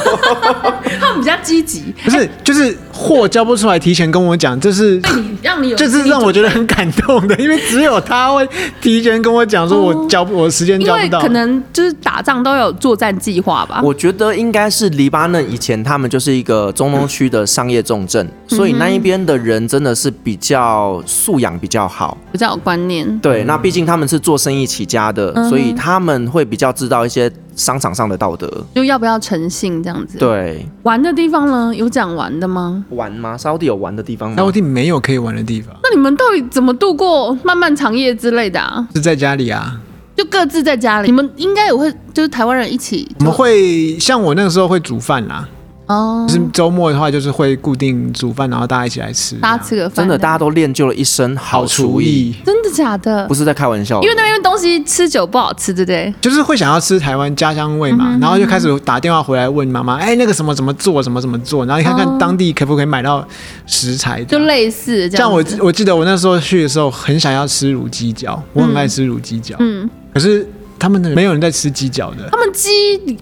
C: 他们比较积极，
D: 不是，就是货交不出来，提前跟我讲，这是
C: 对你让你有
D: 这是
C: 心理
D: 让我
C: 准
D: 觉得很感动的，因为只有他会提前跟我讲，说我交不我时间
C: 哦因
D: 交不
C: 为
D: 到
C: 可。能就是打仗都有作战计划吧。
E: 我觉得应该是黎巴嫩以前他们就是一个中东区的商业重
C: 嗯
E: 镇，所以那一边的人真的是比较素养比较好。
C: 比较有观念，
E: 对，那毕竟他们是做生意起家的，
C: 嗯
E: 所以他们会比较知道一些商场上的道德。
C: 就要不要诚信这样子。，
E: 对，
C: 玩的地方呢，有讲玩的吗？
E: 玩吗？沙地有玩的地方
D: 沙
E: 吗
D: 乌？地没有可以玩的地方，
C: 那你们到底怎么度过漫漫长夜之类的啊？
D: 是在家里啊。
C: 就各自在家里，你们应该也会，就是台湾人一起
D: 我们会像我那个时候会煮饭啦，
C: 哦
E: 啊
D: 就，是周末的话就是会固定煮饭，然后大家一起来吃。啊
C: 大家吃个饭，
E: 真的，大家都练就了一身好
D: 好
E: 厨
D: 厨
E: 艺，
D: 艺，
C: 真的假的
E: 不？是在开玩笑的。
C: 嗯因为那边东西吃久不好吃，对不对？
D: 就是会想要吃台湾家乡味
C: 嗯
D: 嘛，然后就开始打电话回来问妈妈，哎，那个什么怎么做，怎么怎么做，然后你看
C: 哦
D: 看当地可不可以买到食材这
C: 就
D: 样。
C: 类似这
D: 像
C: 样
D: 我
C: 子。
D: 我记得我那时候去的时候，很想要吃卤鸡脚，我很爱吃卤鸡脚，
C: 嗯，
D: 可是他们的没有人在吃鸡脚的
C: 他，们鸡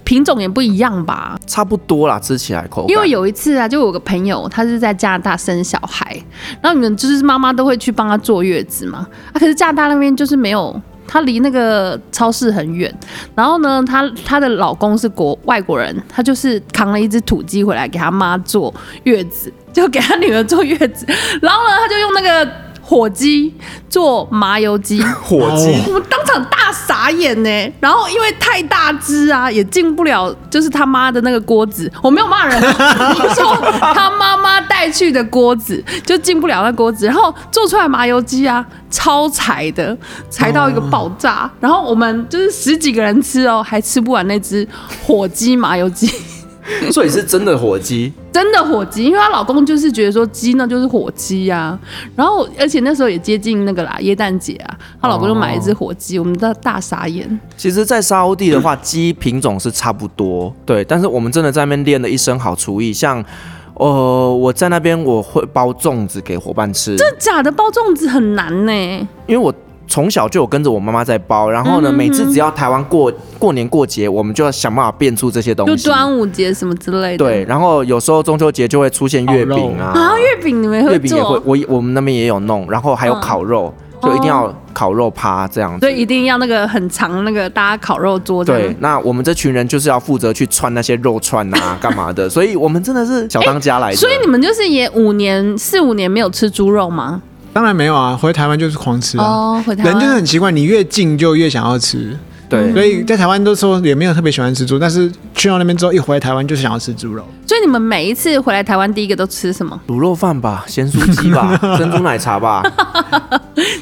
C: 品种也不一样吧？
E: 差不多啦，吃起来口感。
C: 因为有一次啊，就有个朋友，他是在加拿大生小孩，然后你们就是妈妈都会去帮他坐月子嘛，啊，可是加拿大那边就是没有。她离那个超市很远，然后呢，她她的老公是国外国人，她就是扛了一只土鸡回来给她妈坐月子，就给她女儿坐月子，然后呢，她就用那个火鸡做麻油鸡，
F: 火鸡
C: 我们当场大傻眼呢、然后因为太大只啊，也进不了，就是他妈的那个锅子，我没有骂人啊，我说他妈妈带去的锅子就进不了那锅子，然后做出来麻油鸡啊，超柴的，柴到一个爆炸。然后我们就是十几个人吃哦，还吃不完那只火鸡麻油鸡。
E: 所以是真的火鸡，
C: 真的火鸡，因为她老公就是觉得说鸡那就是火鸡呀、然后而且那时候也接近那个啦耶诞节啊，她老公就买一只火鸡，我们大大傻眼。
E: 其实，在沙欧地的话，鸡品种是差不多，对。但是我们真的在那边练了一身好厨艺，像，呃，我在那边我会包粽子给伙伴吃，
C: 假的包粽子很难呢、
E: 因为我从小就有跟着我妈妈在包。然
C: 嗯
E: 后呢，每次只要台湾过过年过节，我们就要想办法变出这些东
C: 就
E: 西。
C: 端午节什么之类的。
E: 对，然后有时候中秋节就会出现月饼啊
C: 啊，，月饼你们
E: 月
C: 会
E: 饼也会
C: 做，，嗯
E: 我我们那边也有弄，然后还有烤肉，就一定
C: 哦
E: 要烤肉趴这样子。
C: 所以一定要那个很长那个大家烤肉桌这
E: 对
C: 样，。
E: 那我们这群人就是要负责去串那些肉串 啊，干嘛的，所以我们真的是小当家来的。
C: 所以你们就是也五年四五年没有吃猪肉吗？
D: 当然没有啊，回台湾就是狂吃啊。
C: 哦，回台湾
D: 人就是很奇怪，你越近就越想要吃，所
C: 嗯
E: 对，
D: 以在台湾都说也没有特别喜欢吃猪，但是去到那边之后，一回来台湾就想要吃猪肉。
C: 所以你们每一次回来台湾，第一个都吃什么？
E: 卤肉饭吧，咸酥鸡 吧，珍珠奶茶吧，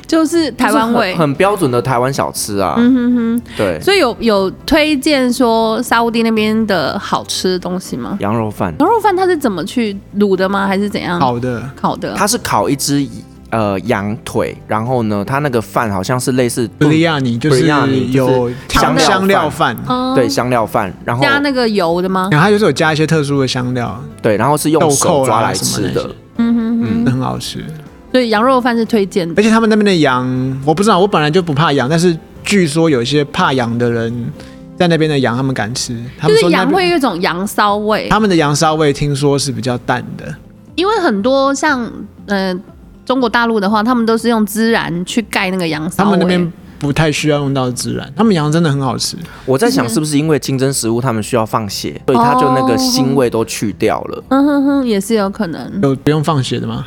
C: 就是台湾味
E: 很。很标准的台湾小吃啊。
C: 嗯
E: 对，
C: 所以有有推荐说沙乌地那边的好吃的东西吗？
E: 羊肉饭，
C: 嗯牛肉饭它是怎么去卤的吗？还是怎样
D: 好的，
C: 烤的？
E: 它是烤一只呃羊腿，然后呢，它那个饭好像是类似
D: 布
E: 炖
C: 嗯
D: 利亚尼就
E: biryani，
D: 是
E: 就
D: 有
E: 是
D: 调
E: 香料
D: 香料
E: 饭
D: 饭，
C: 哦
E: 对香料饭，然后
C: 加那个油的吗？
D: 然后它就是有加一些特殊的香料，
E: 对，然后是
D: 豆
E: 用
D: 蔻
E: 手
D: 啦
E: 抓来
D: 什么
E: 吃
D: 那
E: 的
D: 些，
C: 嗯哼哼，
D: 很好吃。
C: 所以羊肉饭是推荐的。
D: 而且他们那边的羊，我不知道，我本来就不怕羊，但是据说有一些怕羊的人在那边的羊，他们敢吃，他
C: 就
D: 们
C: 是
D: 说那
C: 羊
D: 边
C: 会有一种羊骚味，
D: 他们的羊骚味听说是比较淡的，
C: 因为很多像呃中国大陆的话，他们都是用孜然去盖那个羊骚
D: 他
C: 味。
D: 们那边不太需要用到孜然，他们羊真的很好吃。
E: 我在想是不是因为清真食物他们需要放血，所以它就那
C: 哦
E: 个腥味都去掉了。
C: 嗯哼哼，也是有可能。
D: 有不用放血的吗？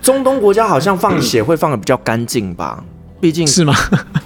E: 中东国家好像
D: 嗯
E: 放血会放的比较干净吧，毕竟
D: 是吗？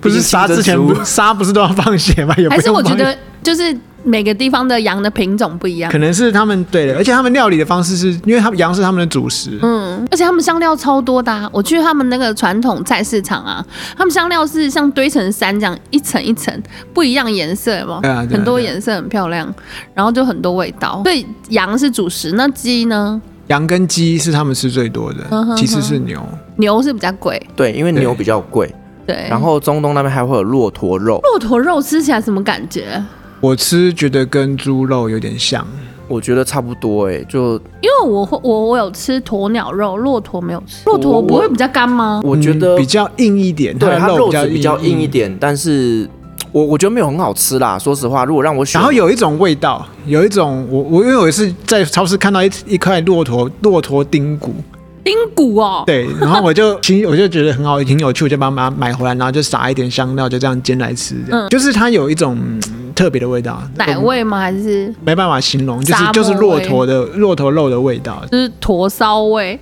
D: 不是杀之前
E: 清真食
D: 不杀不是都要放血吗？也不
C: 还
D: 用
C: 是我觉
D: 放
C: 得就是每个地方的羊的品种不一样
D: 可，能是他们对的，而且他们料理的方式是因为他们羊是他们的主食，
C: 嗯，而且他们香料超多的、啊。我去他们那个传统菜市场啊，他们香料是像堆成山这样一层一层，不一样颜色嘛，
D: 对啊对啊
C: 很多
D: 对啊
C: 颜色很漂亮，然后就很多味道。所以羊是主食，那鸡呢？
D: 羊跟鸡是他们吃最多的，
C: 嗯哼
D: 其次是牛。
C: 牛是比较贵，
E: 对，因为牛
D: 对
E: 比较贵，
C: 对。
E: 然后中东那边还会有骆驼肉，
C: 骆驼肉吃起来什么感觉？
D: 我吃觉得跟猪肉有点像，
E: 我觉得差不多哎、就
C: 因为我会我我有吃鸵鸟肉，骆驼没有吃。骆驼不会比较干吗？
E: 我觉得、
D: 嗯比较硬一点，
E: 对
D: 它
E: 它
D: 的
E: 肉
D: 比
E: 质比较硬一
D: 点。
E: 点，但是我我觉得没有很好吃啦。说实话，如果让我选，
D: 然后有一种味道，有一种我我因为我是在超市看到一一块骆驼骆驼丁骨，
C: 丁骨哦，
D: 对，然后 我就其实我就觉得很好，挺有趣，我就把它买买回来，然后就撒一点香料，就这样煎来吃，这样、就是它有一种、嗯特别的味道，
C: 奶味吗？还是
D: 没办法形容，就
C: 沙
D: 是
C: 漠
D: 就是骆
C: 味
D: 驼的骆驼肉的味道，
C: 就是驼骚味？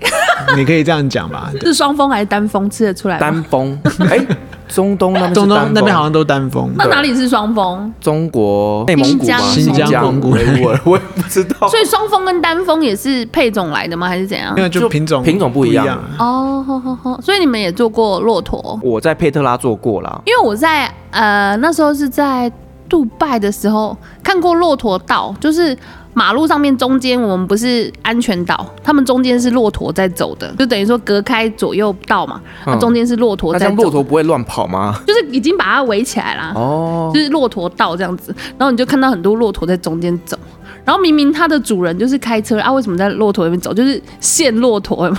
D: 你可以这样讲吧。
C: 是双峰还是单峰吃得出来吗？
E: 单 峰，哎、中东那边是
D: 中
E: 单
D: 东
E: 峰
D: 那边好像都单峰，
C: 那哪里是双峰？
E: 中国内蒙古吗？
D: 新疆蒙古
E: 维吾尔，我也不知道。
C: 所以双峰跟单峰也是配种来的吗？还是怎样
D: 因？为就
E: 就
D: 品种
E: 品种不
D: 不
E: 一样
D: 样。
C: 哦，好好好，所以你们也做过骆驼？
E: 我在佩特拉做过啦，
C: 因为我在呃那时候是在杜拜的时候看过骆驼道，就是马路上面中间我们不是安全岛，他们中间是骆驼在走的，就等于说隔开左右道嘛，那、
E: 嗯
C: 中间是骆驼
E: 那
C: 在
E: 像
C: 走，
E: 骆驼不会乱跑 吗？
C: 就是已经把它围起来啦。
E: 哦，
C: 就是骆驼道这样子，然后你就看到很多骆驼在中间走，然后明明它的主人就是开车啊，为什么在骆驼那边走？就是陷骆驼嘛，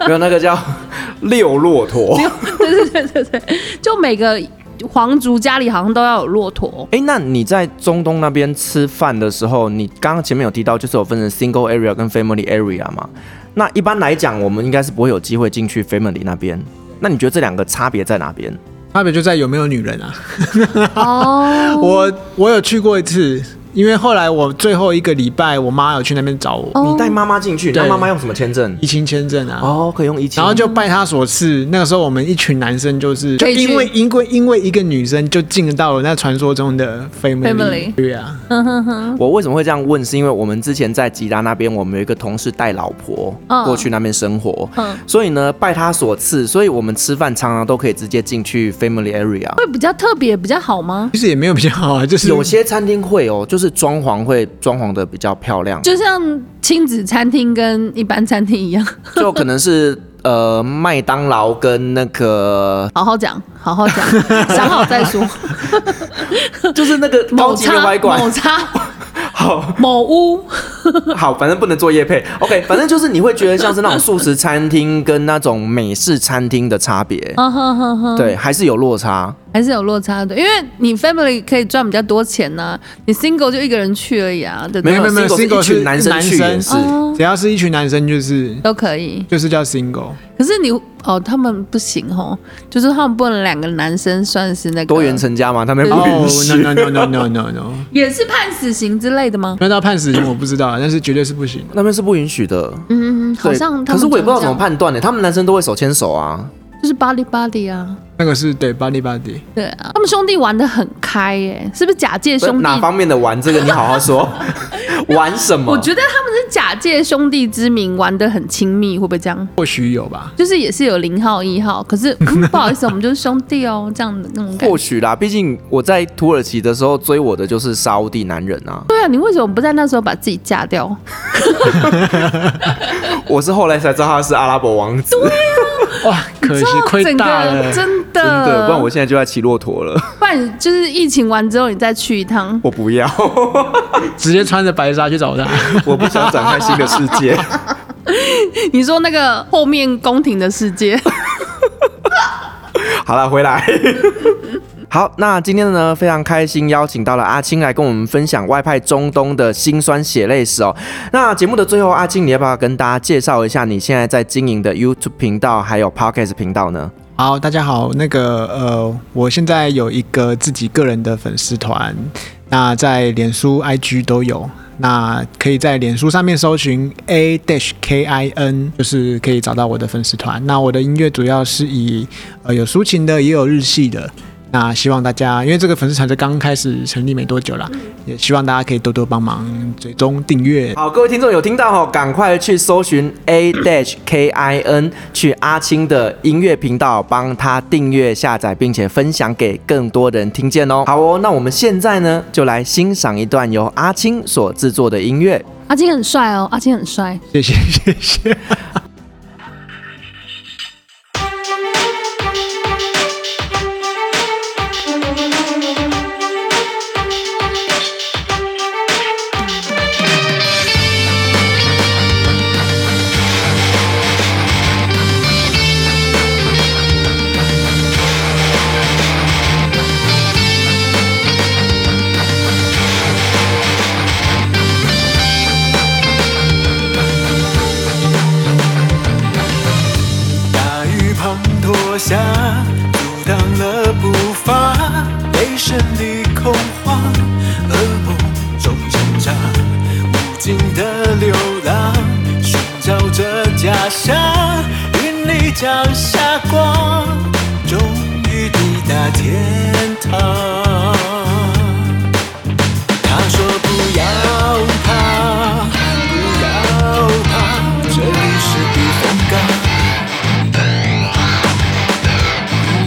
E: 没有那个叫遛骆驼。
C: 对对对对对，就每个皇族家里好像都要有骆驼，
E: 哎，那你在中东那边吃饭的时候，你刚刚前面有提到，就是有分成 single area 跟 family area 嘛？那一般来讲，我们应该是不会有机会进去 family 那边。那你觉得这两个差别在哪边？
D: 差别就在有没有女人啊。
C: 哦，
D: 我我有去过一次，因为后来我最后一个礼拜，我妈有去那边找
C: 哦
D: 我，
E: 你带妈妈进去，那
D: 对
E: 妈妈用什么签证
D: 疫？情签证啊。
E: 哦，可以用一签。
D: 然后就拜她所赐，那个时候我们一群男生就是，就
C: 可以去
D: 因为因为因为一个女生就进到了那传说中的 family，,
C: Family
D: 对啊，
E: 我为什么会这样问？是因为我们之前在吉达那边，我们有一个同事带老婆
C: 嗯
E: 过去那边生活，
C: 嗯
E: 所以呢，拜他所赐，所以我们吃饭常常都可以直接进去 family area。
C: 会比较特别，比较好吗？
D: 其实也没有比较好 啊，就是
E: 有些餐厅会哦，就是装潢会装潢的比较漂亮，
C: 就像亲子餐厅跟一般餐厅一样，
E: 就可能是呃麦当劳跟那个
C: 好好讲，好好讲，想好再说。
E: 就是那个高
C: 某
E: 级面
C: 叉
E: 外
C: 某
E: 馆，
C: 叉
E: 好
C: 某 屋，
E: 好，反正不能做夜配。OK，反正就是你会觉得像是那种素食餐厅跟那种美式餐厅的差别，
C: 啊哈哈哈，
E: 对，还是有落差。
C: 还是有落差的，因为你 family 可以赚比较多钱呐、你 single 就一个人去而已啊，对不对？
E: 没有
D: 没有没有
E: single 是
D: single
E: 一群男生去
D: 是男
E: 也是
D: 生，
C: 哦
D: 只要是一群男生就是
C: 都可以，
D: 就是叫 single，
C: 可是你哦，他们不行哦，就是他们不能两个男生算是那个
E: 多元成家
C: 嗯
E: 嘛，他们不允许。
D: 哦 no no no no no no no，
C: 也是判死刑之类的吗？
D: 那到判死刑我不知道，啊但是绝对是不行。
E: 那边是不允许的，
C: 嗯，嗯嗯，好
E: 对
C: 像他们
E: 可是我也不知道
C: 就是这
E: 怎么
C: 样，
E: 判断呢。他们男生都会手牵手啊，
C: 就是 body body 啊，
D: 那个是对 body body，
C: 对啊，他们兄弟玩的很开耶，是不是假借
E: 所以
C: 兄弟
E: 哪方面的玩这个你好好说，玩什么？
C: 我觉得他们是假借兄弟之名玩的很亲密，会不会这样？
D: 或许有吧。
C: 就是也是有零号一号，可是、嗯、不好意思，我们就是兄弟哦，这样的那种感
E: 或
C: 觉。
E: 许啦，毕竟我在土耳其的时候追我的就是沙烏地男人啊，
C: 对啊，你为什么不在那时候把自己嫁 掉？
G: 我是后来才知道他是阿拉伯王子，
D: 哇，可惜亏
C: 整
D: 大了
C: 个。真的，
E: 真的，不然我现在就在骑骆驼了。
C: 不然就是疫情完之后你再去一趟，
G: 我不要，
D: 直接穿着白纱去找他。
G: 我不想展开新的世界。
C: 你说那个后面宫廷的世界，
G: 好了，回来。
E: 好，那今天呢非常开心邀请到了阿青来跟我们分享外派中东的辛酸血泪史哦。那节目的最后，阿青你要不要跟大家介绍一下你现在在经营的 YouTube 频道还有 Podcast 频道呢？
D: 好，大家好，那个呃，我现在有一个自己个人的粉丝团，那在脸书、IG 都有。那可以在脸书上面搜寻 A dash K I N，就是可以找到我的粉丝团。那我的音乐主要是以呃有抒情的，也有日系的。那希望大家，因为这个粉丝团是刚开始成立没多久啦，也希望大家可以多多帮忙追踪订阅。
E: 好，各位听众有听到哦，赶快去搜寻 A dash K I N，去阿青的音乐频道帮他订阅、下载，并且分享给更多人听见哦。好哦，那我们现在呢就来欣赏一段由阿青所制作的音乐。
C: 阿金很帅哦，阿金很帅。
D: 谢谢谢谢。
H: 大雨滂沱下，阻挡了步伐，雷声里恐慌，噩梦中挣扎，无尽的流浪，寻找着家乡，云里降下光，终于抵达天堂。他说不要怕，不要怕，这里是避风港。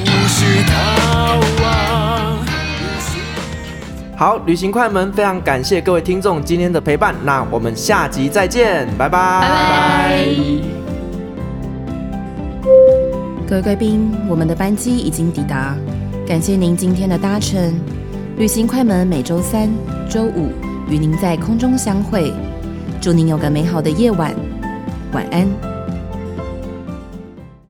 H: 无需逃亡。无需
E: 好，旅行快门，非常感谢各位听众今天的陪伴，那我们下集再见，拜拜。拜拜
A: 各位贵宾，我们的班机已经抵达，感谢您今天的搭乘。旅行快门每周三、周五与您在空中相会，祝您有个美好的夜晚，晚安。